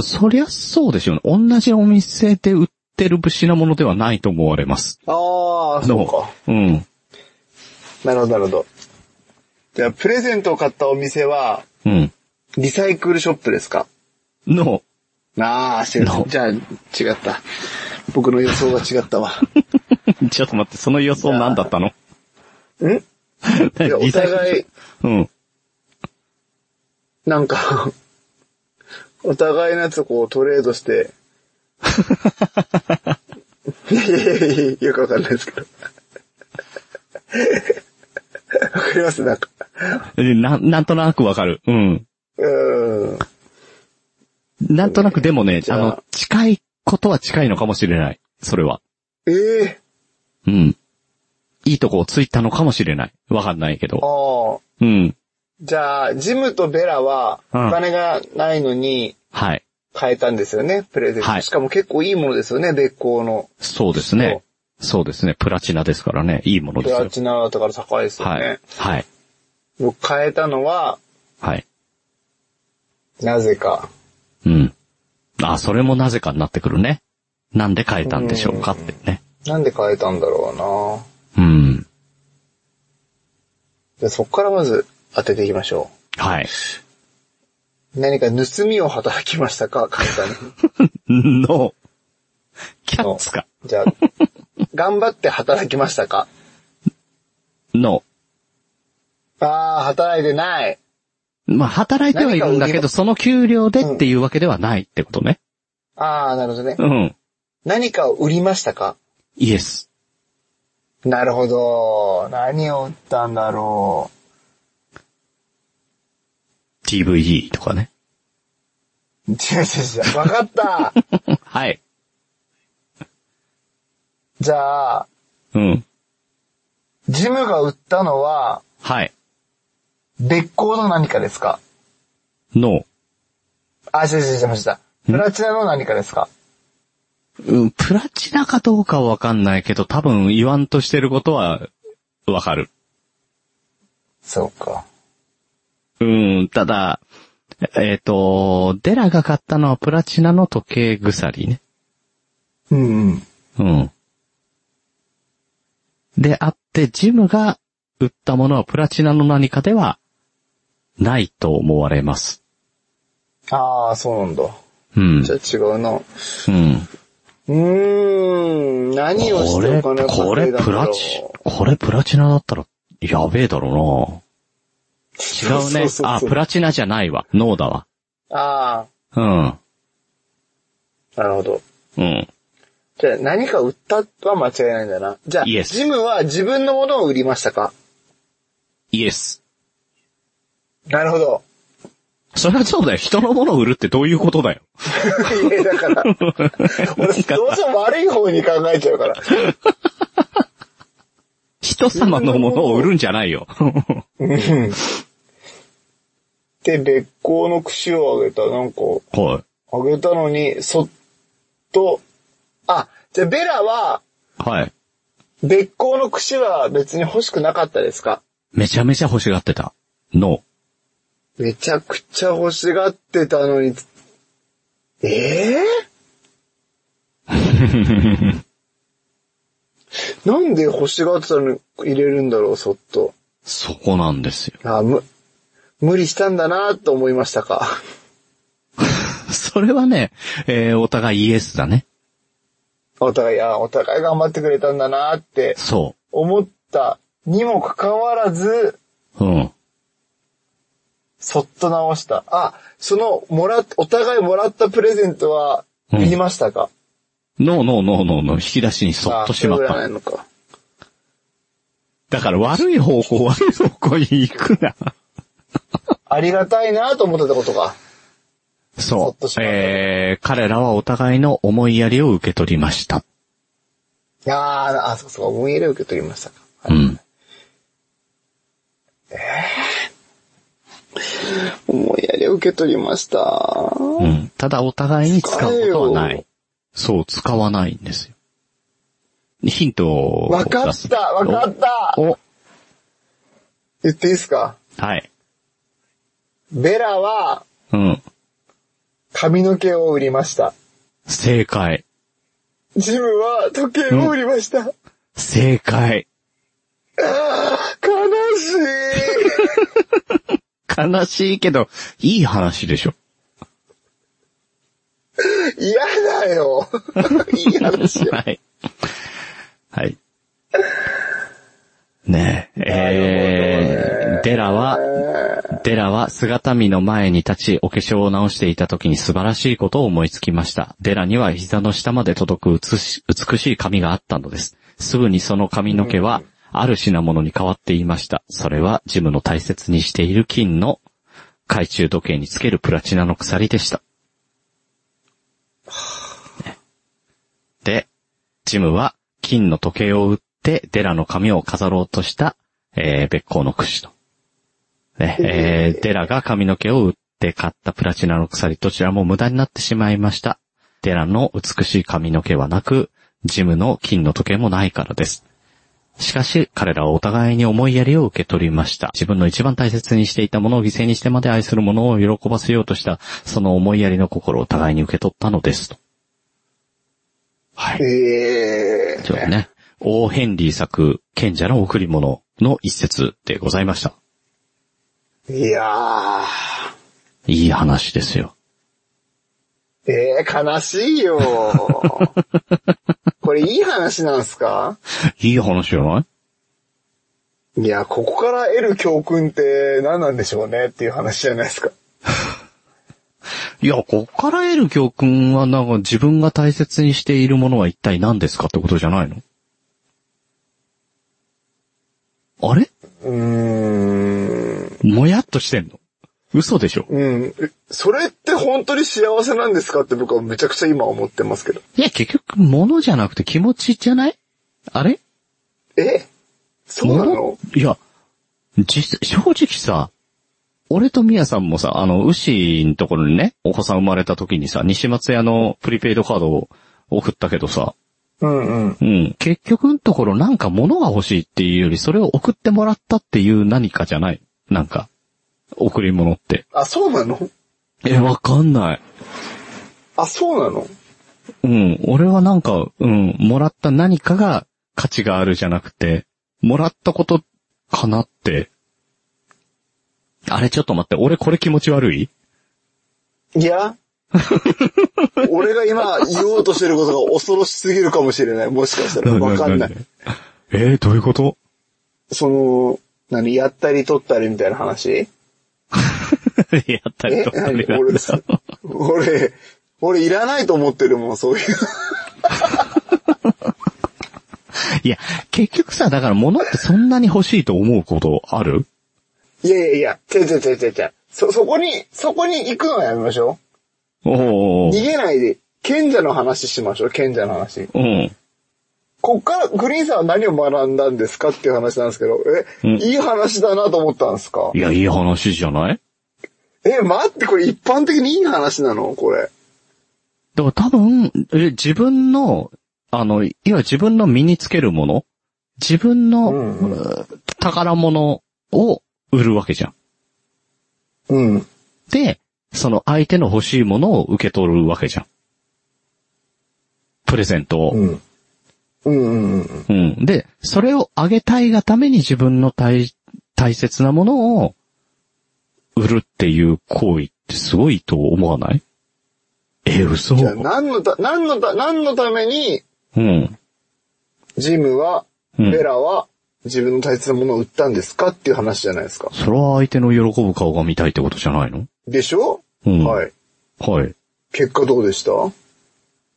S3: そりゃそうでしょうね。同じお店で売ってる品物ではないと思われます。
S4: ああ、そうか。
S3: うん。
S4: なるほど、なるほど。じゃあ、プレゼントを買ったお店は、
S3: うん。
S4: リサイクルショップですか
S3: の、
S4: ああ、違う
S3: No。
S4: じゃあ、違った。僕の予想が 違ったわ。
S3: ちょっと待って、その予想何だったの
S4: ん いや、お互い、
S3: うん。
S4: なんか、お互いのやつをこうトレー ドして、いやいやいやいやよくわかんないですけど。わかりますなんか。
S3: えな、なんとなくわかる。うん。
S4: うーん。
S3: なんとなくでもね、
S4: じゃ
S3: あ
S4: あ
S3: の、近いことは近いのかもしれない。それは。
S4: ええ
S3: うん。いいとこをついたのかもしれない。わかんないけど。
S4: ああ。
S3: うん。
S4: じゃあ、ジムとベラは、お
S3: うん
S4: 金がないのに
S3: はい。
S4: 買えたんですよね、プレゼント。
S3: はい
S4: しかも結構いいものですよね、別行の。
S3: そうですね。そうですね。プラチナですからね。いいもの
S4: プ
S3: です
S4: ラ
S3: よ。
S4: チナだったから高いですよ
S3: はい。
S4: ね。
S3: はい。
S4: 僕買えたのは、
S3: はい。
S4: なぜか。
S3: うん。あ、それもなぜかになってくるね。なんで変えたんでしょうかってね。
S4: なんで買えたんだろう
S3: う
S4: な
S3: ん。
S4: じゃあそこからまず当てていきましょ
S3: はい。
S4: う。何か盗みを働きましたか簡単に。
S3: の、キャッツか。
S4: じゃあ、頑張って働きましたか
S3: No.
S4: ああ、働いてない。
S3: まあ、働いてはいるんだけど、その給料でっていうわけではないってことね。
S4: ああ、なるほどね。
S3: うん。
S4: 何かを売りましたか
S3: イエス。
S4: なるほど。何を売ったんだろ
S3: DVD とかね。
S4: う。違う違う違う。わかった。
S3: はい。
S4: じゃあ、
S3: うん。
S4: ジムが売ったのは、
S3: はい。
S4: 別行の何かですか
S3: No.
S4: あ、違う違う違う違う。プラチナの何かですか
S3: うん、プラチナかどうかはわかんないけど、多分言わんとしてることはわかる。
S4: そうか。
S3: うん、ただ、えっ、と、デラが買ったのはプラチナの時計鎖ね。
S4: うんうん。
S3: うん。であって、ジムが売ったものはプラチナの何かではないと思われます。
S4: ああ、そうなんだ。
S3: うん。
S4: じゃあ違うな。う
S3: うん。
S4: ーん、何をし
S3: こ
S4: て
S3: れ、
S4: お金を
S3: こ
S4: 稼
S3: れ
S4: いだんだろう
S3: プラチ、これプラチナだったら、やべえだろうな違うね。あ、プ
S4: ラ。
S3: ラチナじゃないわ。ノーだわ。
S4: あ
S3: うん。
S4: あ、なるほど。
S3: うん。
S4: じゃあ何か売ったは間違いないんだな。じゃあ、
S3: Yes
S4: ジムは自分のものを売りましたか
S3: イエス。
S4: なるほ ど。
S3: そりゃそうだよ。人のものを売るってどういうことだよ。
S4: いや、だから、俺、どうしても悪い方に考えちゃうから。
S3: 人様のものを売るんじゃない よ。
S4: うんで、別行の串をあげた、なんか、
S3: は
S4: あげたのに、そっと、あ、じゃあベラは、
S3: い。はい。
S4: 別行の串は別に欲しくなかったですか
S3: めちゃめちゃ欲しがってた。ノ
S4: めちゃくちゃ欲しがってたのに、え え
S3: ー。
S4: なんで欲しがってたのに入れるんだろう、そっと。
S3: そこなんですよ。
S4: あ、む、無理したんだなと思いましたか。
S3: それはね、えー、お互いイエスだね。
S4: お互い、あ、お互い頑張ってくれたんだなって
S3: そ
S4: 思ったにもかかわらず、
S3: う。うん。
S4: そっと直した。あ、その、もらっ、お互いもらったプレゼントは、
S3: うん
S4: 売りましたか、
S3: ノーノーノーノーの引き出しにそ
S4: あ、
S3: っとしま
S4: そ
S3: っ
S4: れぐらい
S3: た。
S4: なのか。
S3: だから悪い方向、悪い方向に行く な。
S4: ありがたいなと思ってたことか。そ
S3: そ
S4: っ
S3: う
S4: とし。まった
S3: えー、彼らはお互いの思いやりを受け取りました。
S4: いやーあ、そうそう、思い入れを受け取りましたか。
S3: うん。
S4: 思いやりを受け取りました。
S3: うん。ただお互いに使うことはない。そう、使わないんですよ。ヒントを
S4: わか
S3: 出
S4: っ
S3: す。
S4: たわかった
S3: おお
S4: 言っていいですか
S3: はい。
S4: ベラは
S3: うん。
S4: 髪の毛を売りました。
S3: 正解。
S4: ジムは時計を売りました。悲
S3: 正解。
S4: しい
S3: 悲しいけど、いい話でしょ。
S4: 嫌だ よ。いい話。
S3: はい。はい。ねえ、えー、デラは、デラは姿見の前に立ち、お化粧を直していた時に素晴らしいことを思いつきました。デラには膝の下まで届く美し美しい髪があったのです。すぐにその髪の毛は、ある品物に変わっていました。それは、ジムの大切にしている金の懐中時計につけるプラチナの鎖でした。で、ジムは金の時計を売ってデラの髪を飾ろうとした、えー、別行の櫛と。ね、えー、デラが髪の毛を売って買ったプラチナの鎖どちらも無駄になってしまいました。デラの美しい髪の毛はなく、ジムの金の時計もないからです。しかし、彼らはお互いに思いやりを受け取りました。自分の一番大切にしていたものを犠牲にしてまで愛するものを喜ばせようとした、その思いやりの心をお互いに受け取ったのですと。はい。
S4: え
S3: そうだね。オーヘンリー作、賢者の贈り物の一節でございました。
S4: ー、いや
S3: いい話ですよ。
S4: ー。えー、悲しいよ。これいい話なんすか
S3: いい話じゃない
S4: いや、ここから得る教訓って何なんでしょうねっていう話じゃないですか。
S3: いや、こっから得る教訓はなんか自分が大切にしているものは一体何ですかってことじゃないのあれ
S4: うーん。
S3: もやっとしてんの嘘でしょ
S4: うん。えそれって本当に幸せなんですかって僕はめちゃくちゃ今思ってますけど。
S3: いや、結局物じゃなくて気持ちじゃないあれ
S4: えそうなの
S3: いや、実、正直さ、俺とミヤさんもさ、あの、牛のところにね、お子さん生まれた時にさ、西松屋のプリペイドカードを送ったけどさ、
S4: うんうん。
S3: うん。結局のところなんか物が欲しいっていうより、それを送ってもらったっていう何かじゃないなんか、贈り物って。
S4: あ、そうなの
S3: え、わかんない。
S4: あ、そうなの
S3: うん。俺はなんか、うん、もらった何かが価値があるじゃなくて、もらったことかなって。あれ、ちょっと待って、俺これ気持ち悪い
S4: いや。 俺が今言おうとしてることが恐ろしすぎるかもしれ ない。もしかしたら。わかんない。。
S3: えー、どういう こと
S4: その、何、やったり取ったりみたいな話
S3: やったり
S4: え
S3: とか
S4: 何俺、す俺、俺いらないと思ってるもん、そういう。
S3: いや、結局さ、だから物ってそんなに欲しいと思うことある
S4: いやいやいや、ちゃちゃちゃちゃちゃ。そ、そこに、そこに行くのはやめましょ
S3: おー
S4: う。
S3: お
S4: 逃
S3: ー
S4: げないで、賢者の話しましょう、賢者の話。
S3: おー
S4: こっから、グリーンさんは何を学んだんですかっていう話なんですけど、え、
S3: うん
S4: いい話だなと思ったんですか
S3: うん。いや、いい話じゃない
S4: え、待って、これ一般的にいい話なのこれ。
S3: だから多分、え自分の、あの、いわゆる自分の身につけるもの、自分の、
S4: うんうん
S3: うん宝物を売るわけじゃん。
S4: うん。
S3: で、その相手の欲しいものを受け取るわけじゃん。プレゼントを。
S4: うん。うんうんうんうん。
S3: うん。で、それをあげたいがために自分の大、大切なものを売るっていう行為ってすごいと思わないえ、嘘。
S4: じゃあ、何のた、何のた、何のために、
S3: うん。
S4: ジムは、
S3: うん
S4: ベラは、自分の大切なものを売ったんですかっていう話じゃないですか。
S3: それは相手の喜ぶ顔が見たいってことじゃないの
S4: でしょ、
S3: うん。。
S4: はいい。
S3: はい。
S4: 結果どうでした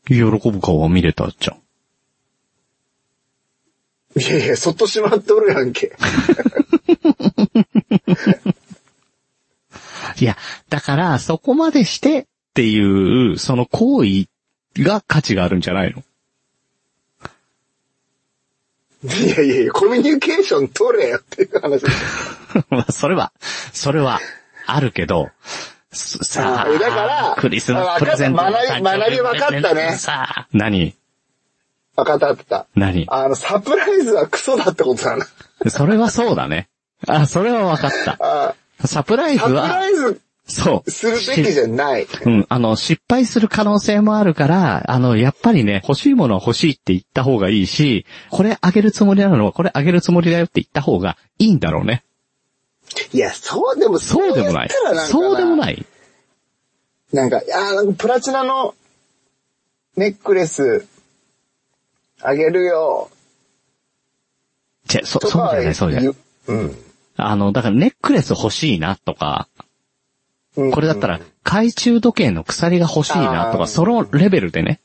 S3: 喜ぶ顔が見れたじゃん。
S4: いやいや、そっとしまっておるやんけ。
S3: いや、だから、そこまでしてっていう、その行為が価値があるんじゃないの
S4: いやいやいや、コミュニケーション取れよっていう話。
S3: まあ、それは、それは、あるけど、すさ
S4: あ
S3: あ、
S4: だから
S3: クリス
S4: あ
S3: マスプレゼント
S4: わかった学び学び分かったね
S3: さあ、何
S4: 分かった分かった。
S3: 何
S4: あの、サプライズはクソだってことだな。
S3: それはそうだね。あ、それは分かっ
S4: あ
S3: た。サプライズ
S4: サプラ
S3: は、
S4: イズ
S3: そう。
S4: するべきじゃない。
S3: うん、あの、失敗する可能性もあるから、あの、やっぱりね、欲しいものは欲しいって言った方がいいし、これあげるつもりなのは、これあげるつもりだよって言った方がいいんだろうね。
S4: いや、そうでも、
S3: そうでもない
S4: 言ったらんか。
S3: そうでもない。
S4: なんか、いやーなんかプラチナのネックレスあげるよ
S3: 違う、そ、
S4: と
S3: そう
S4: か
S3: じゃない、そうじゃない。
S4: 言う
S3: あの、だからネックレス欲しいなとか、
S4: うん。うん
S3: これだったら、懐中時計の鎖が欲しいなと
S4: あー
S3: か、そのレベルでね。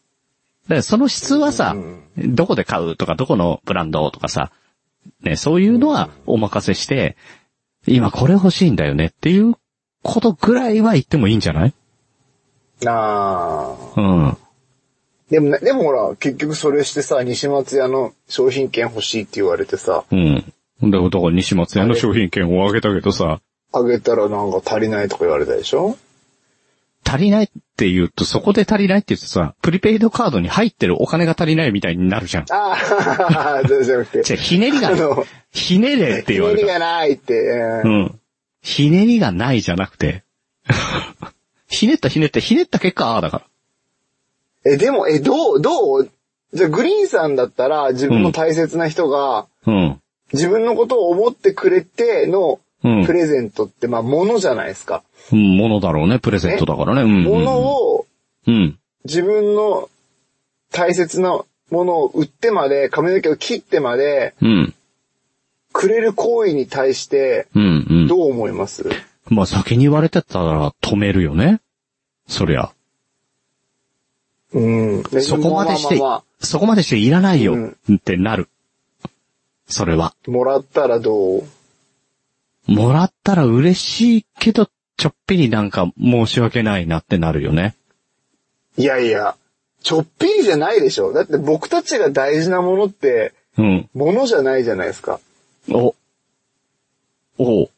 S3: だからその質はさ
S4: う、ん
S3: どこで買うとか、どこのブランドとかさ、ね、そういうのはお任せして、今これ欲しいんだよねっていうことぐらいは言ってもいいんじゃない
S4: あー
S3: うん。
S4: でもな、でもほら、結局それしてさ、西松屋の商品券欲しいって言われてさ、
S3: うん。だから、だから西松屋の商品券をあげたけどさ、
S4: あげたらなんか足りないとか言われたでしょ
S3: 足りないって言うと、そこで足りないって言うとさ、プリペイドカードに入ってるお金が足りないみたいになるじゃん。
S4: ああ、 じゃなく
S3: じ
S4: て。
S3: ゃあひねりが
S4: あ、の、
S3: ひねれって言われ
S4: 意味
S3: た。
S4: がないって。う
S3: うんん。ひねりがないじゃなくて、 ひねったひねったひねった結果、ああだから。
S4: え、でも、え、どう、どうじゃあ、グリーンさんだったら、自分の大切な人が、
S3: うん。
S4: 自分のことを思ってくれての
S3: うん
S4: プ。レゼントって、まあ、ものじゃないですか。
S3: うんものだろうね、プレゼントだからね。うん。
S4: ものを
S3: うん。
S4: 自分の大切なものを売ってまで、髪の毛を切ってまで、
S3: うん。
S4: くれる行為に対して、
S3: うん、うん。
S4: どう思います、
S3: まあ先に言われてたら止めるよね。そりゃ。
S4: うん、
S3: そこまでして
S4: ああああ、
S3: そこまでしていらないよ
S4: うん
S3: ってなる。それは。
S4: もらったらどう
S3: もらったら嬉しいけど、ちょっぴりなんか申し訳ないなってなるよね。
S4: いやいや、ちょっぴりじゃないでしょ。だって僕たちが大事なものって、
S3: うん。
S4: ものじゃないじゃないですか。
S3: お。おう。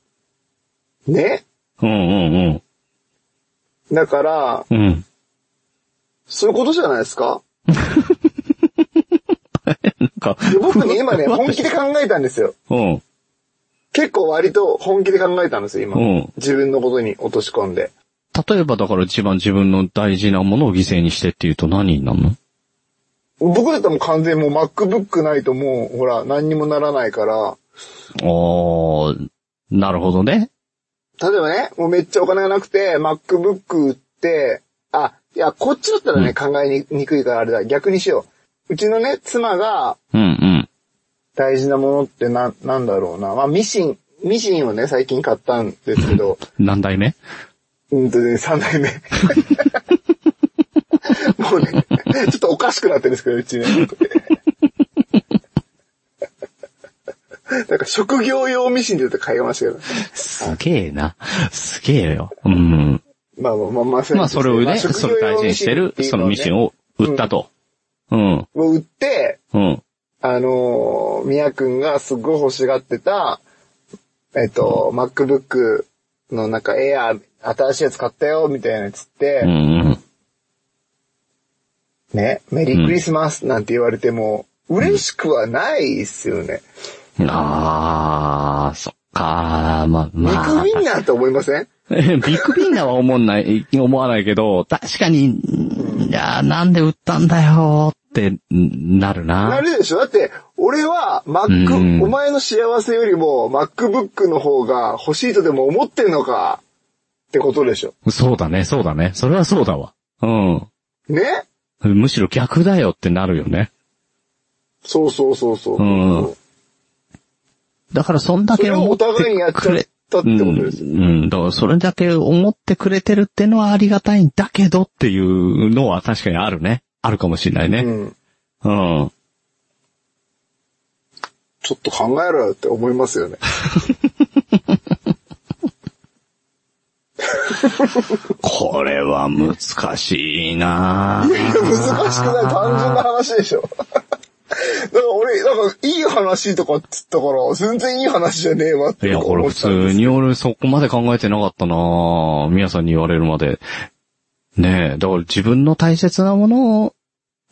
S4: ね
S3: うんうん
S4: だから、
S3: うん。うん。
S4: そういうことじゃないですか
S3: なんか、
S4: で僕ね、今 ね、本気で考えたんですよ。
S3: うん。
S4: 結構割と本気で考えたんですよ、今。
S3: うん
S4: 自分のことに落とし込んで。
S3: 例えばだから一番自分の大事なものを犠牲にしてっていうと何になるの
S4: 僕だったらもう完全にもう MacBook ないともう、ほら、何にもならないから、
S3: あー、なるほどね。
S4: 例えばね、もうめっちゃお金がなくて、MacBook 売って、あ、いや、こっちだったらね、考えにくいからあれだ、逆にしよう。うちのね、妻が
S3: うんうん。
S4: 大事なものってな、なんだろうな。まあ、ミシン、ミシンをね、最近買ったんですけ ど、
S3: 何代目
S4: うんとね、3 代目。もうね、ちょっとおかしくなってるんですけど、うちね。なんか職業用ミシンで言うと買いましたけど。
S3: すげえな。すげえよ。うん。
S4: まあまあまあまあ、
S3: まあそれをね、
S4: 職
S3: それ
S4: 業用
S3: 大事にしてる、そのミシン
S4: を。
S3: を売ったと。うん。
S4: を売って、
S3: うん。
S4: あのー、宮くんがすごい欲しがってた、えっと、MacBook のなんか Air 新しいやつ買ったよ、みたいなやつって、
S3: うんうん。
S4: ね、メリークリスマスなんて言われても、嬉しくはないっすよね。
S3: あー、そっかー、まあ、
S4: ビ
S3: ま
S4: ッ
S3: あ
S4: グ。ウィンナーと思いません
S3: ビッグビンナーは思んない、思わないけど、確かに、いやー、なんで売ったんだよーって、なる
S4: な
S3: な。
S4: るでしょだって、俺は、
S3: うん
S4: Mac、お前の幸せよりも、MacBook の方が欲しいとでも思ってんのか、ってことでしょ。
S3: そうだね、そうだね。それはそうだわ。うん。
S4: ね
S3: むしろ逆だよってなるよね。
S4: そうそうそうそう。
S3: うんだからそんだ
S4: そ
S3: け
S4: れを
S3: 思
S4: お
S3: って
S4: 互いにやっち
S3: く
S4: ゃっ
S3: れ、
S4: たってことです。
S3: うん、うん、だからそれだけ思ってくれてるってのはありがたいんだけどっていうのは確かにあるね。あるかもしれないうね。
S4: ん。
S3: うん。
S4: ちょっと考えろよって思いますよね。
S3: これは難しいなぁ
S4: いや 難しくない単純な話でし ょ。だから俺、なんか、いい話とかっつったから、全然いい話じゃねえわっ
S3: い
S4: て
S3: や、こ
S4: 思
S3: れ
S4: っ
S3: 普
S4: たんで
S3: 通
S4: す。
S3: に俺そこまで考えてなかったなぁ。皆さんに言われるまで。ねえ、だから自分の大切なものを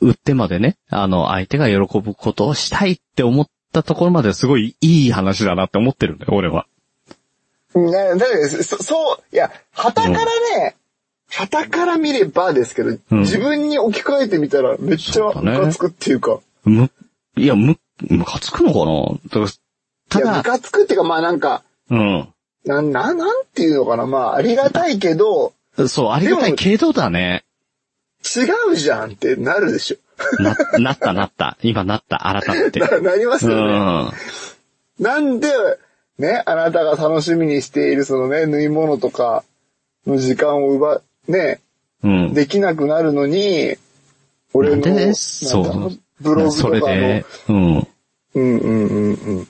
S3: 売ってまでね、あの、相手が喜ぶことをしたいって思ったところまですごいいい話だなって思ってるんだよ、俺は。
S4: なだってそそう、いや、旗からね、旗から見ればですけど、
S3: うん
S4: 自分に置き換えてみたら、めっちゃ
S3: そうだ
S4: ム
S3: ね
S4: カつくっていうか、
S3: む、いや、む、ムカつくのかなだか
S4: いや、
S3: らただ、
S4: ムカつくっていうか、まあなんか、
S3: う
S4: なん、なん、なんていうのかな、まあありがたいけど、
S3: ん。そう、ありがたいけどだね。
S4: 違うじゃんってなるでし
S3: な、なったなった。今なった、改めて。
S4: ょ。 なります
S3: う
S4: よね。
S3: ん。
S4: なんで、ね、あなたが楽しみにしているそのね、縫い物とかの時間を奪、ね、
S3: うん。
S4: できなくなるのに、俺
S3: なん
S4: の、
S3: でね、
S4: なんだろ
S3: そう
S4: う。ブログと
S3: そ
S4: か
S3: れ
S4: の
S3: で、、うん。
S4: うんうんうんうん。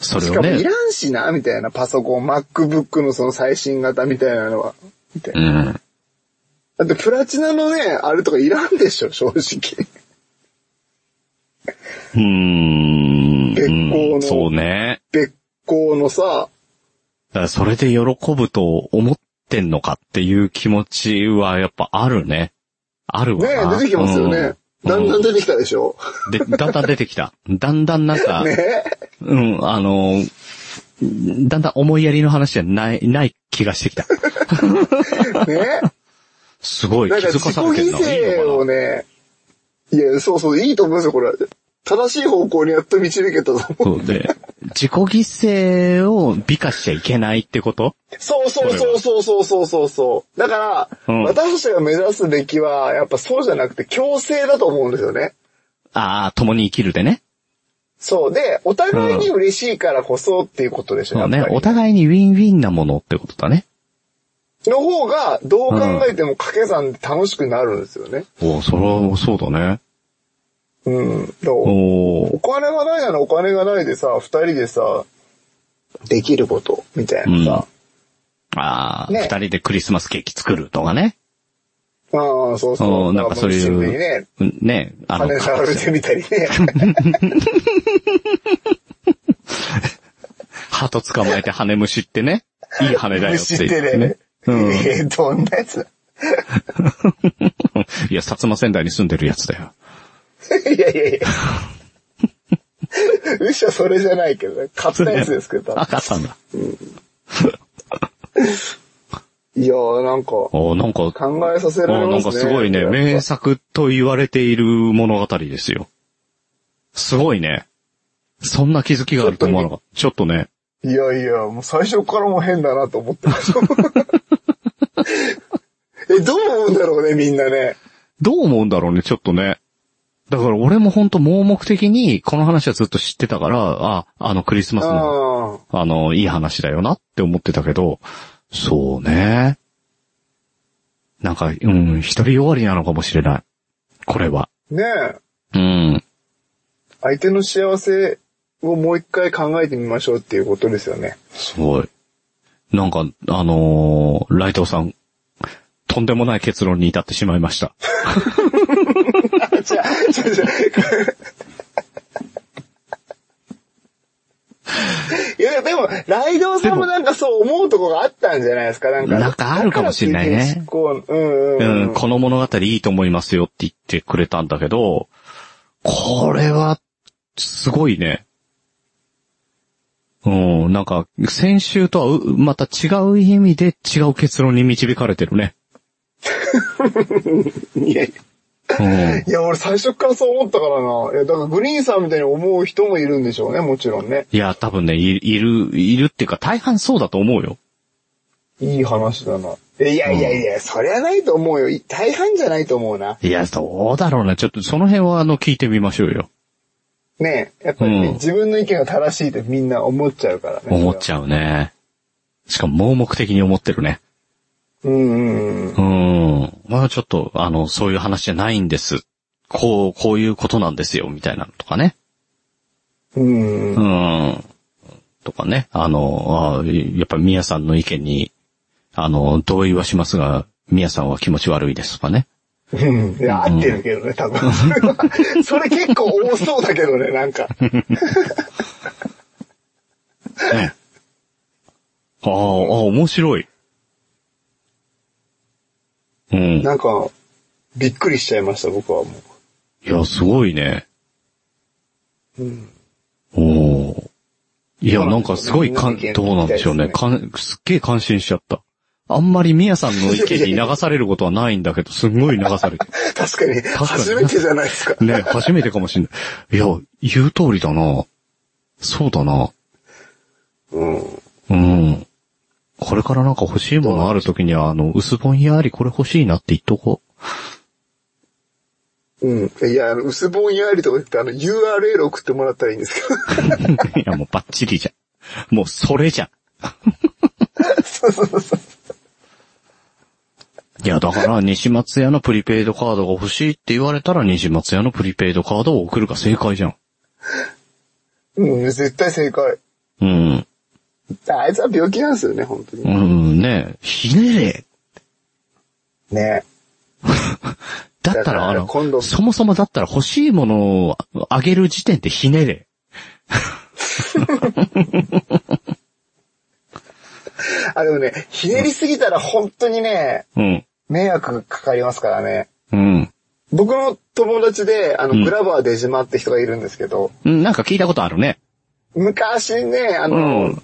S3: それ
S4: しか
S3: を
S4: もい
S3: ね、
S4: らんしな、みたいな、パソコン、MacBook のその最新型みたいなのは。みたいな
S3: うん。
S4: だってプラチナのね、あれとかいらんでしょ、正直。
S3: うーん。
S4: 結構の
S3: そうね。
S4: 別校のさ、
S3: だからそれで喜ぶと思ってんのかっていう気持ちはやっぱあるね。あるわ
S4: ね
S3: な。
S4: 出てきますよね。
S3: うん
S4: だんだん出てきたでしょ。
S3: うん。で、だんだん出てきた。だんだんなんか、
S4: ね
S3: うん、あの、だんだん思いやりの話じゃない、ない気がしてきた。
S4: ね
S3: すごい、気
S4: なんか
S3: づ
S4: 自己
S3: かされてるのいい
S4: 犠
S3: のか
S4: 牲
S3: な
S4: をね、いや、そうそう、いいと思いますよ、これ。正しい方向にやっと導けたと思う。
S3: そうで、自己犠牲を美化しちゃいけないってこと
S4: そうそうそうそうそうそうそうそう。だから、
S3: うん
S4: 私たちが目指すべきは、やっぱそうじゃなくて強制だと思うんですよね。
S3: ああ、共に生きるでね。
S4: そう。で、お互いに嬉しいからこそっていうことでしょ、
S3: そ
S4: や
S3: う
S4: っぱり
S3: ね。お互いにウィンウィンなものってことだね。
S4: の方が、どう考えても掛け算で楽しくなるんですよね。
S3: おそれはそうだね。
S4: うん。だから
S3: お
S4: お金がないならお金がないでさ、二人でさ、できること、みたいなさ。
S3: ああ、二、
S4: ね
S3: 人でクリスマスケーキ作るとかね。
S4: ああ、そうそうう。
S3: んなんかそういう
S4: シンプルにね、
S3: うんね、あの、
S4: 金触れてみたりね。
S3: 鳩捕まえて羽虫ってね。いい羽だよって言
S4: 虫って
S3: って
S4: ね
S3: ね。。うん。
S4: えーどんなやつだ
S3: いや、薩摩仙台に住んでるやつだよ。
S4: いやいやいや。うっしゃそれじゃないけどね。買ったやつですけど。多
S3: 赤さんだ。
S4: 分いやーなんか、
S3: おなんか、
S4: 考えさせられ
S3: おな
S4: ま
S3: ん
S4: すね。
S3: かすごいね、名作と言われている物語ですよ。すごいね。そんな気づきがあると思わなかった。ちょっとね。
S4: いやいや、もう最初からもう変だなと思ってました。 え、どう思うんだろうね、みんなね。
S3: どう思うんだろうね、ちょっとね。だから俺もほんと盲目的にこの話はずっと知ってたから、あ、あのクリスマスの
S4: ああ。
S3: あの、いい話だよなって思ってたけど、そうね。なんか、うん、一人弱りなのかもしれない。これは。
S4: ねえ。
S3: うん。
S4: 相手の幸せをもう一回考えてみましょうっていうことですよね。
S3: すごい。なんか、あのーライトさん、とんでもない結論に至ってしまいました。
S4: じゃあ、じゃあじゃあいや、でも、ライドウさんもなんかそう思うとこがあったんじゃないですか、なんか。
S3: なんかあるかもしれないね
S4: だからってこううんうん、
S3: う
S4: うん
S3: ん、。この物語いいと思いますよって言ってくれたんだけど、これは、すごいね。うん、なんか、先週とはうまた違う意味で違う結論に導かれてるね。
S4: いやいや
S3: うん。
S4: いや、俺最初からそう思ったからな。いや、だからグリーンさんみたいに思う人もいるんでしょうね、もちろんね。
S3: いや、多分ね、いいる、いるっていうか大半そうだと思うよ。
S4: いい話だな。えいやいやいや、そりゃないと思うよ。い大半じゃないと思うな。
S3: いや、どうだろうね。ちょっとその辺はあの、聞いてみましょうよ。
S4: ねえ、やっぱりね、
S3: うん
S4: 自分の意見が正しいってみんな思っちゃうからね。
S3: 思っちゃうね。しかも盲目的に思ってるね。
S4: ゃう。うんうんうん。
S3: うん。まあちょっと、あの、そういう話じゃないんです。こう、こういうことなんですよ、みたいなのとかね。
S4: うん
S3: う。ん。とかね。あの、あやっぱ宮さんの意見に、あの、同意はしますが、宮さんは気持ち悪いですとかね。
S4: うんいや、合ってるけどね、多分。それ はそれ結構多そうだけどね、なんか。
S3: ねああ、ああ面白い。うん。
S4: なんか、びっくりしちゃいました、僕はも
S3: いや、すごいね。
S4: う。うん。
S3: おお。いや、なんかすごいかん、どうなんでしょうね。かん、すっげえ感心しちゃった。あんまりみやさんの意見に流されることはないんだけど、すんごい流され て。
S4: 確かに、
S3: かに
S4: 初めてじゃないですか。
S3: ね、初めてかもしんない。いや、言う通りだな。そうだな。
S4: うん。
S3: うん。これからなんか欲しいものあるときには、あの、薄本やありこれ欲しいなって言っとこ
S4: うん。いや、あの薄ぼんやりとか言って、あの、URL 送ってもらったらいいんですけど。
S3: う。いや、もうバッチリじゃん。もうそれ じゃん。
S4: そうそうそうそう。
S3: いや、だから、西松屋のプリペイドカードが欲しいって言われたら、西松屋のプリペイドカードを送るが正解じゃん。
S4: うん、絶対正解。
S3: うん。
S4: ああいつは病気なんですよね、本当
S3: う
S4: に。
S3: ん、ねえひねれ。
S4: ね
S3: だった
S4: だから
S3: ら、あ
S4: 今度
S3: の、そもそもだったら欲しいものをあげる時点でひねれ。
S4: あ、でもね、ひねりすぎたら本当にね、
S3: うん。
S4: 迷惑かかりますからね。
S3: うん。
S4: 僕の友達で、あ
S3: うん
S4: の、グラバー出島って人がいるんですけど、
S3: うんなんか聞いたことあるね。
S4: 昔ね、あ
S3: う
S4: の、
S3: ん。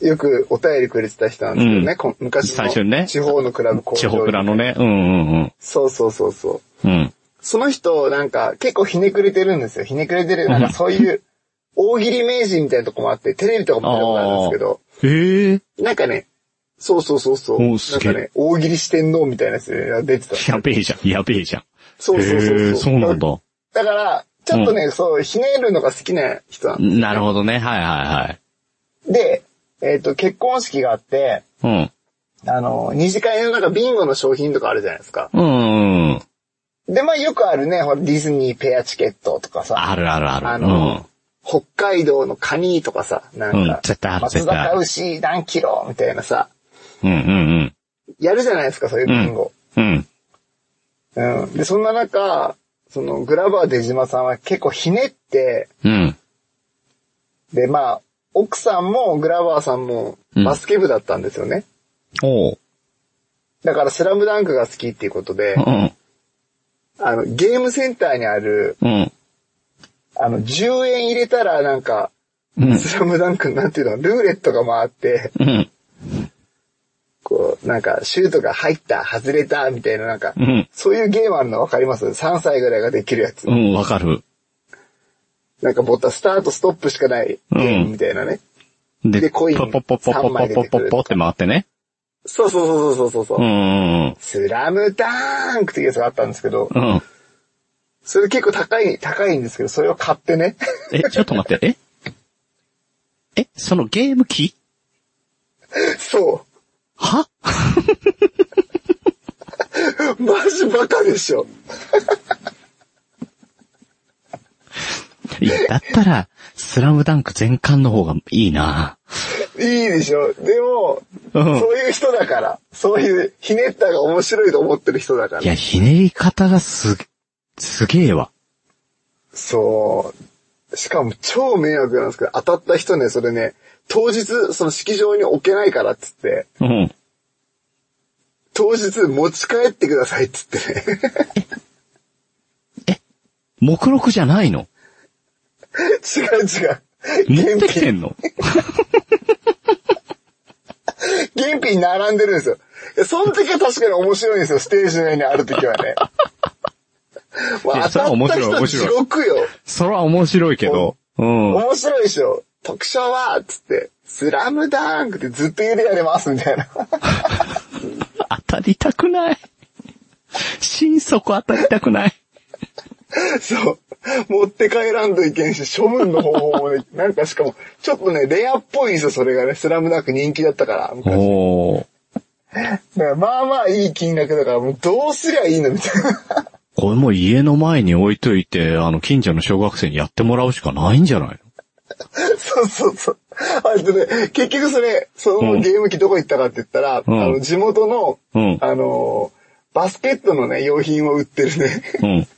S4: よくお便りくれてた人なんですけどね、
S3: うん
S4: こん昔の
S3: 最初にね
S4: 地方のクラブ工場
S3: 地方倉の。ね。うんうん
S4: そうそうそうそう。
S3: うん。うん。
S4: その人、なんか、結構ひねくれてるんですよ。ひねくれてる、なんかそういう、大喜利名人みたいなとこもあって、テレビとかも出たことあるんですけど、
S3: ええ。
S4: なんかね、そうそうそうそう。
S3: お
S4: な
S3: ー
S4: ん
S3: すげえ
S4: かね、大喜利四天王みたいなやつで出てた。
S3: やべえじゃん。やべえじゃん。
S4: そうそうそう
S3: え
S4: そ
S3: え、
S4: う。
S3: そうなんだ。
S4: だから、ちょっとね、そう、ひねるのが好きな人なの。
S3: なるほどね。はいは
S4: で、えっ、と、結婚式があって、
S3: いはい。
S4: あの、二次会のなんかビンゴの商品とかあるじゃないですか。
S3: うん。うんうん。
S4: で、まあよくあるね、ほらディズニーペアチケットとかさ、
S3: あるあるある。
S4: あの北海道のカニとかさ、なんか、
S3: うん絶対ある
S4: 松
S3: 絶対あ
S4: 坂
S3: る
S4: 牛何キロみたいなさ、
S3: うん。うんうん
S4: やるじゃないですか、そういうビンゴ。
S3: うん。うん。
S4: うん。で、そんな中、そのグラバー出島さんは結構ひねって、
S3: うん。
S4: で、まあ、奥さんもグラバーさんも
S3: うん
S4: バスケ部だったんですよね。
S3: おう。
S4: だからスラムダンクが好きっていうことで
S3: う、ん。
S4: あの、ゲームセンターにある、
S3: うん。
S4: あの、10円入れたらなんか、
S3: うん。
S4: スラムダンクなんていうの、ルーレットが回って、
S3: うん。
S4: こう、なんか、シュートが入った、外れた、みたいな、なんか
S3: う、ん。
S4: そういうゲームあるのわかります ?3 歳ぐらいができるやつ
S3: う。ん、わかる。
S4: なんかボタン、スタート、ストップしかないゲームみたいなね。
S3: で、
S4: で
S3: ポ
S4: コイン
S3: ポポポポポ
S4: 三枚出
S3: ポ
S4: てく
S3: ポ
S4: る
S3: ポって回ってね。
S4: そうそうそうそうそうそうう。
S3: んうん
S4: スラムダンクっていうやつがあったんですけど、
S3: うん。うん。
S4: それ結構高い、高いんですけど、それを買ってね。
S3: え、ちょっと待って、ええ、そのゲーム機
S4: そ
S3: は
S4: う。マジバカでしょ。
S3: いや、だったら、スラムダンク全巻の方がいいな。
S4: いいでしょ。でも、
S3: うん
S4: そういう人だから。そういう、ひねったが面白いと思ってる人だから
S3: い。や、ひねり方がす、すげえわ。
S4: そう。しかも超迷惑なんですけど、当たった人ね、それね、当日、その式場に置けないからっつって、
S3: うん。
S4: 当日持ち帰ってくださいっつってね。
S3: 目録じゃないの
S4: 違う違う。
S3: 持って
S4: 現
S3: きて
S4: 品、
S3: んの
S4: 現品並んでるんですよ。いやその時は確かに面白いんですよ、ステージの上にある時はね。
S3: い
S4: ま
S3: や
S4: あ、
S3: そ
S4: 当
S3: れは
S4: た
S3: 面
S4: った
S3: 白い
S4: 人地獄よ。
S3: それは面白いけど。うん。
S4: 面白いでしょ。特賞はっつって、スラムダンクってずっと言うでやれます、みたいな。
S3: 当たりたくない。心底当たりたくない。
S4: そう。持って帰らんといけんし、処分の方法もね、なんかしかも、ちょっとね、レアっぽいんですよ、それがね。スラムダンク人気だったから。昔
S3: おー。
S4: だからまあまあいい金額だから、もうどうすりゃいいのみたいな。
S3: これもう家の前に置いといて、あの、近所の小学生にやってもらうしかないんじゃない
S4: そうそうそう。あとね、結局それ、そのゲーム機どこ行ったかって言ったら、
S3: うん
S4: あの、地元の、
S3: うん
S4: あのーバスケットのね、用品を売ってるね。
S3: のうん。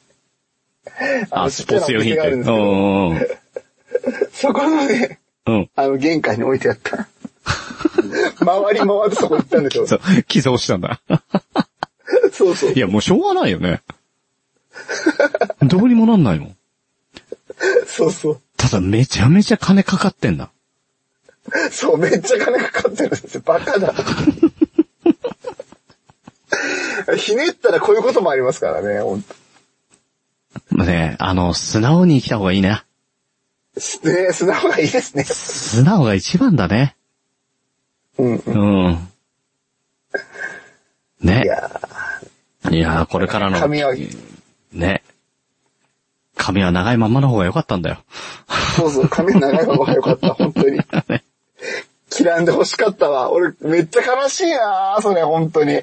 S4: あ の
S3: あ、スポーツ用品
S4: ちっちゃ
S3: って。
S4: なお
S3: うんうんうん。
S4: 店があるんですけど、そこのね、
S3: うん。
S4: あの、玄関に置いて あった。回り回ってそこ行ったんでしょ。
S3: そう、寄贈したんだ。
S4: そうそう
S3: い。や、もうしょうがないよね。どうにもなんないもん。
S4: そうそう。
S3: ただめちゃめちゃ金かかってんだ。
S4: そう、めっちゃ金かかってるんですよ。バカだ。 ひねったらこういうこともありますからね、ほんと。
S3: まあね、あの、素直に生きた方がいいね。
S4: ね、素直がいいですね。
S3: 素直が一番だね。
S4: うん。
S3: うん。ね
S4: い。や
S3: いやー、これから
S4: ー、
S3: の、
S4: 髪は、
S3: ね。髪は長いままの方が良かったんだよ。
S4: そうそう、髪長い方がよかった、本 当に。嫌んで欲しかったわ。俺、めっちゃ悲しいなーそれ、本当に。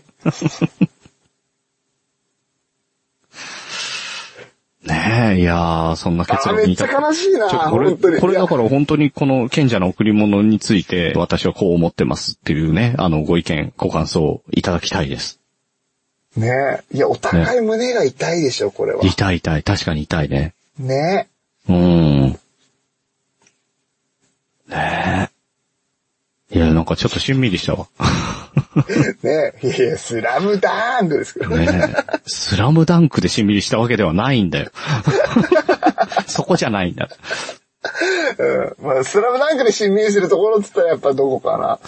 S3: ねえ、いやー、そんな結
S4: あー
S3: 論
S4: め
S3: に
S4: っちゃ
S3: 至っ
S4: 悲しいな
S3: ちょ
S4: ー
S3: これ、
S4: 本当に。
S3: これ
S4: いや
S3: だから本当にこの賢者の贈り物について私はこう思ってますっていうね、あの、ご意見、ご感想をいただきたいです。
S4: ねいや、お互い胸が痛いでしょ、これは。
S3: 痛い痛い、確かに痛いね。
S4: ね
S3: うーん。ねえ。いや、なんかちょっとしんみりしたわ。
S4: ねいやいや、スラムダーンクですけど。
S3: ねえ。スラムダンクでしんみりしたわけではないんだよ。 そこじゃないんだ。
S4: うんまあ、スラムダンクで親民するところって言ったらやっぱどこかな。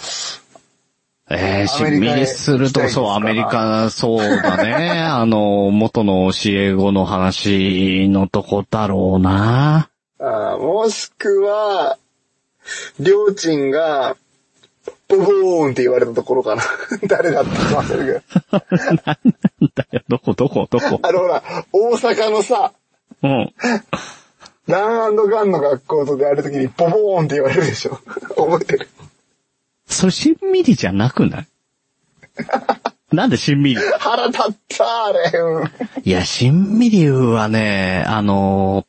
S3: ええ
S4: ア
S3: し
S4: メ
S3: ん
S4: リカ
S3: み
S4: へ
S3: りする
S4: 行きたい
S3: と、
S4: ですか
S3: そう、アメリカ、そうだね。 あの、元の教え子の話のとこだろうな。
S4: あーもしくは、りょうちんが、ボボーンって言われたところかな。 誰だったか忘れるけど。
S3: だよ、どこ、どこ、どこ。
S4: あのほら、大阪のさ、
S3: うん。
S4: ランガンの学校とでやるときにボボーンって言われるでしょ。 覚えてる。
S3: それしんみりじゃなくない なんでしんみり
S4: 腹立った、あれ。うん
S3: いや、しんみりはね、あの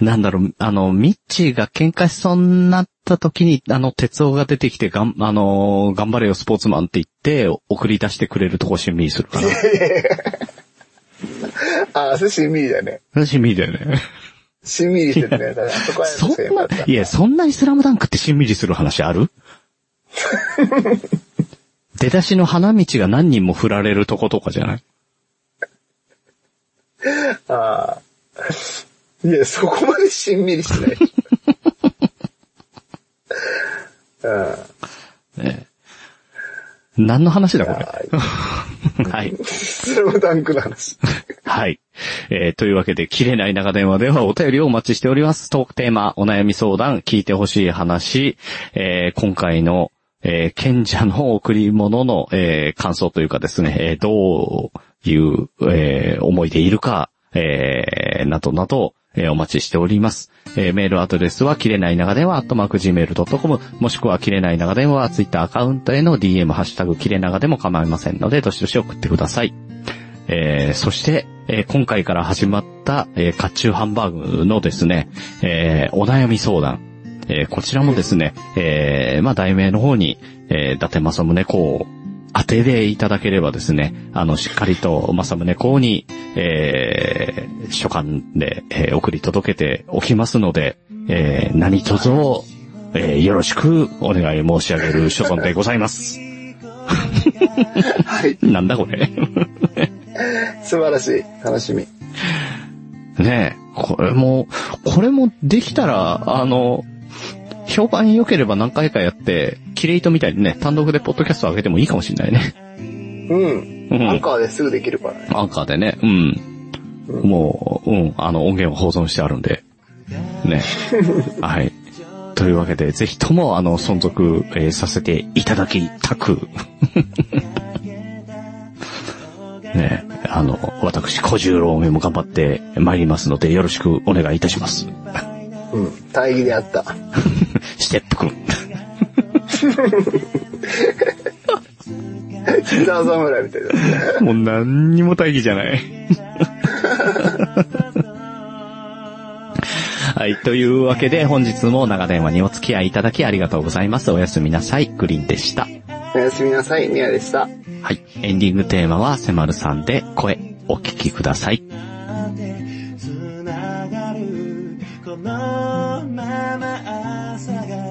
S3: ー、なんだろう、あの、ミッチーが喧嘩しそうになった時に、あの、鉄夫が出てきて、がん、あのー頑張れよ、スポーツマンって言って、送り出してくれるとこしんみりするか
S4: あ、それしんみりだね。
S3: ら。しんみりだよね。
S4: しんみりしてるね。 だからそこは
S3: そ
S4: そういうんのあ
S3: な
S4: った、
S3: いや、そんなにスラムダンクってしんみりする話あ る出だしの花道が何人も振られるとことかじゃない
S4: ああ。いや、そこまでしんみりしない。 うん
S3: 何の話だ、これ。 はい。
S4: スラムダンクの話。
S3: はい。えーというわけで、切れない長電話ではお便りをお待ちしております。トークテーマ、お悩み相談、聞いてほしい話、えー今回の、えー賢者の贈り物の、えー感想というかですね、えーどういう、えー思いでいるか、えーなどなど、えーお待ちしております。えーメールアドレスは、切れない長電話、アットマーク gmail.com、もしくは、切れない長電話、ツイッターアカウントへの DM、ハッシュタグ、切れ長でも構いませんので、どしどし送ってください。えーそして、えー今回から始まった、えー、甲冑ハンバーグのですね、えーお悩み相談。えーこちらもですね、えーまあ、題名の方に、えー、伊達政宗公を当てでいただければですね、あの、しっかりと政宗公に、えー書簡で、えー送り届けておきますので、えー何卒、えーよろしくお願い申し上げる所存でございます。
S4: はい。
S3: なんだこれ。
S4: 素晴らしい。楽しみ。
S3: ねえ、これも、これもできたら、あの、評判良ければ何回かやって、キレイトみたいにね、単独でポッドキャスト上げてもいいかもしれないね。
S4: うん。
S3: うん
S4: アンカーですぐできるからね。
S3: アンカーでね、うん。もう、うん、あの音源を保存してあるんで。 ね。はい。というわけで、ぜひとも、あの、存続、えーさせていただきたく。 ねあの、私、小十郎めも頑張って参りますので、よろしくお願いいたします。
S4: うん。大義であった。
S3: ステップくん。
S4: ギター侍みたいだ。
S3: もう何にも大義じゃない。 はい。というわけで、本日も長電話にお付き合いいただきありがとうございます。おやすみなさい。グリーンでした。
S4: おやすみなさい。ミヤでした。
S3: はい。エンディングテーマは、せまるさんで声、お聞きください。
S7: つながるこのまま朝が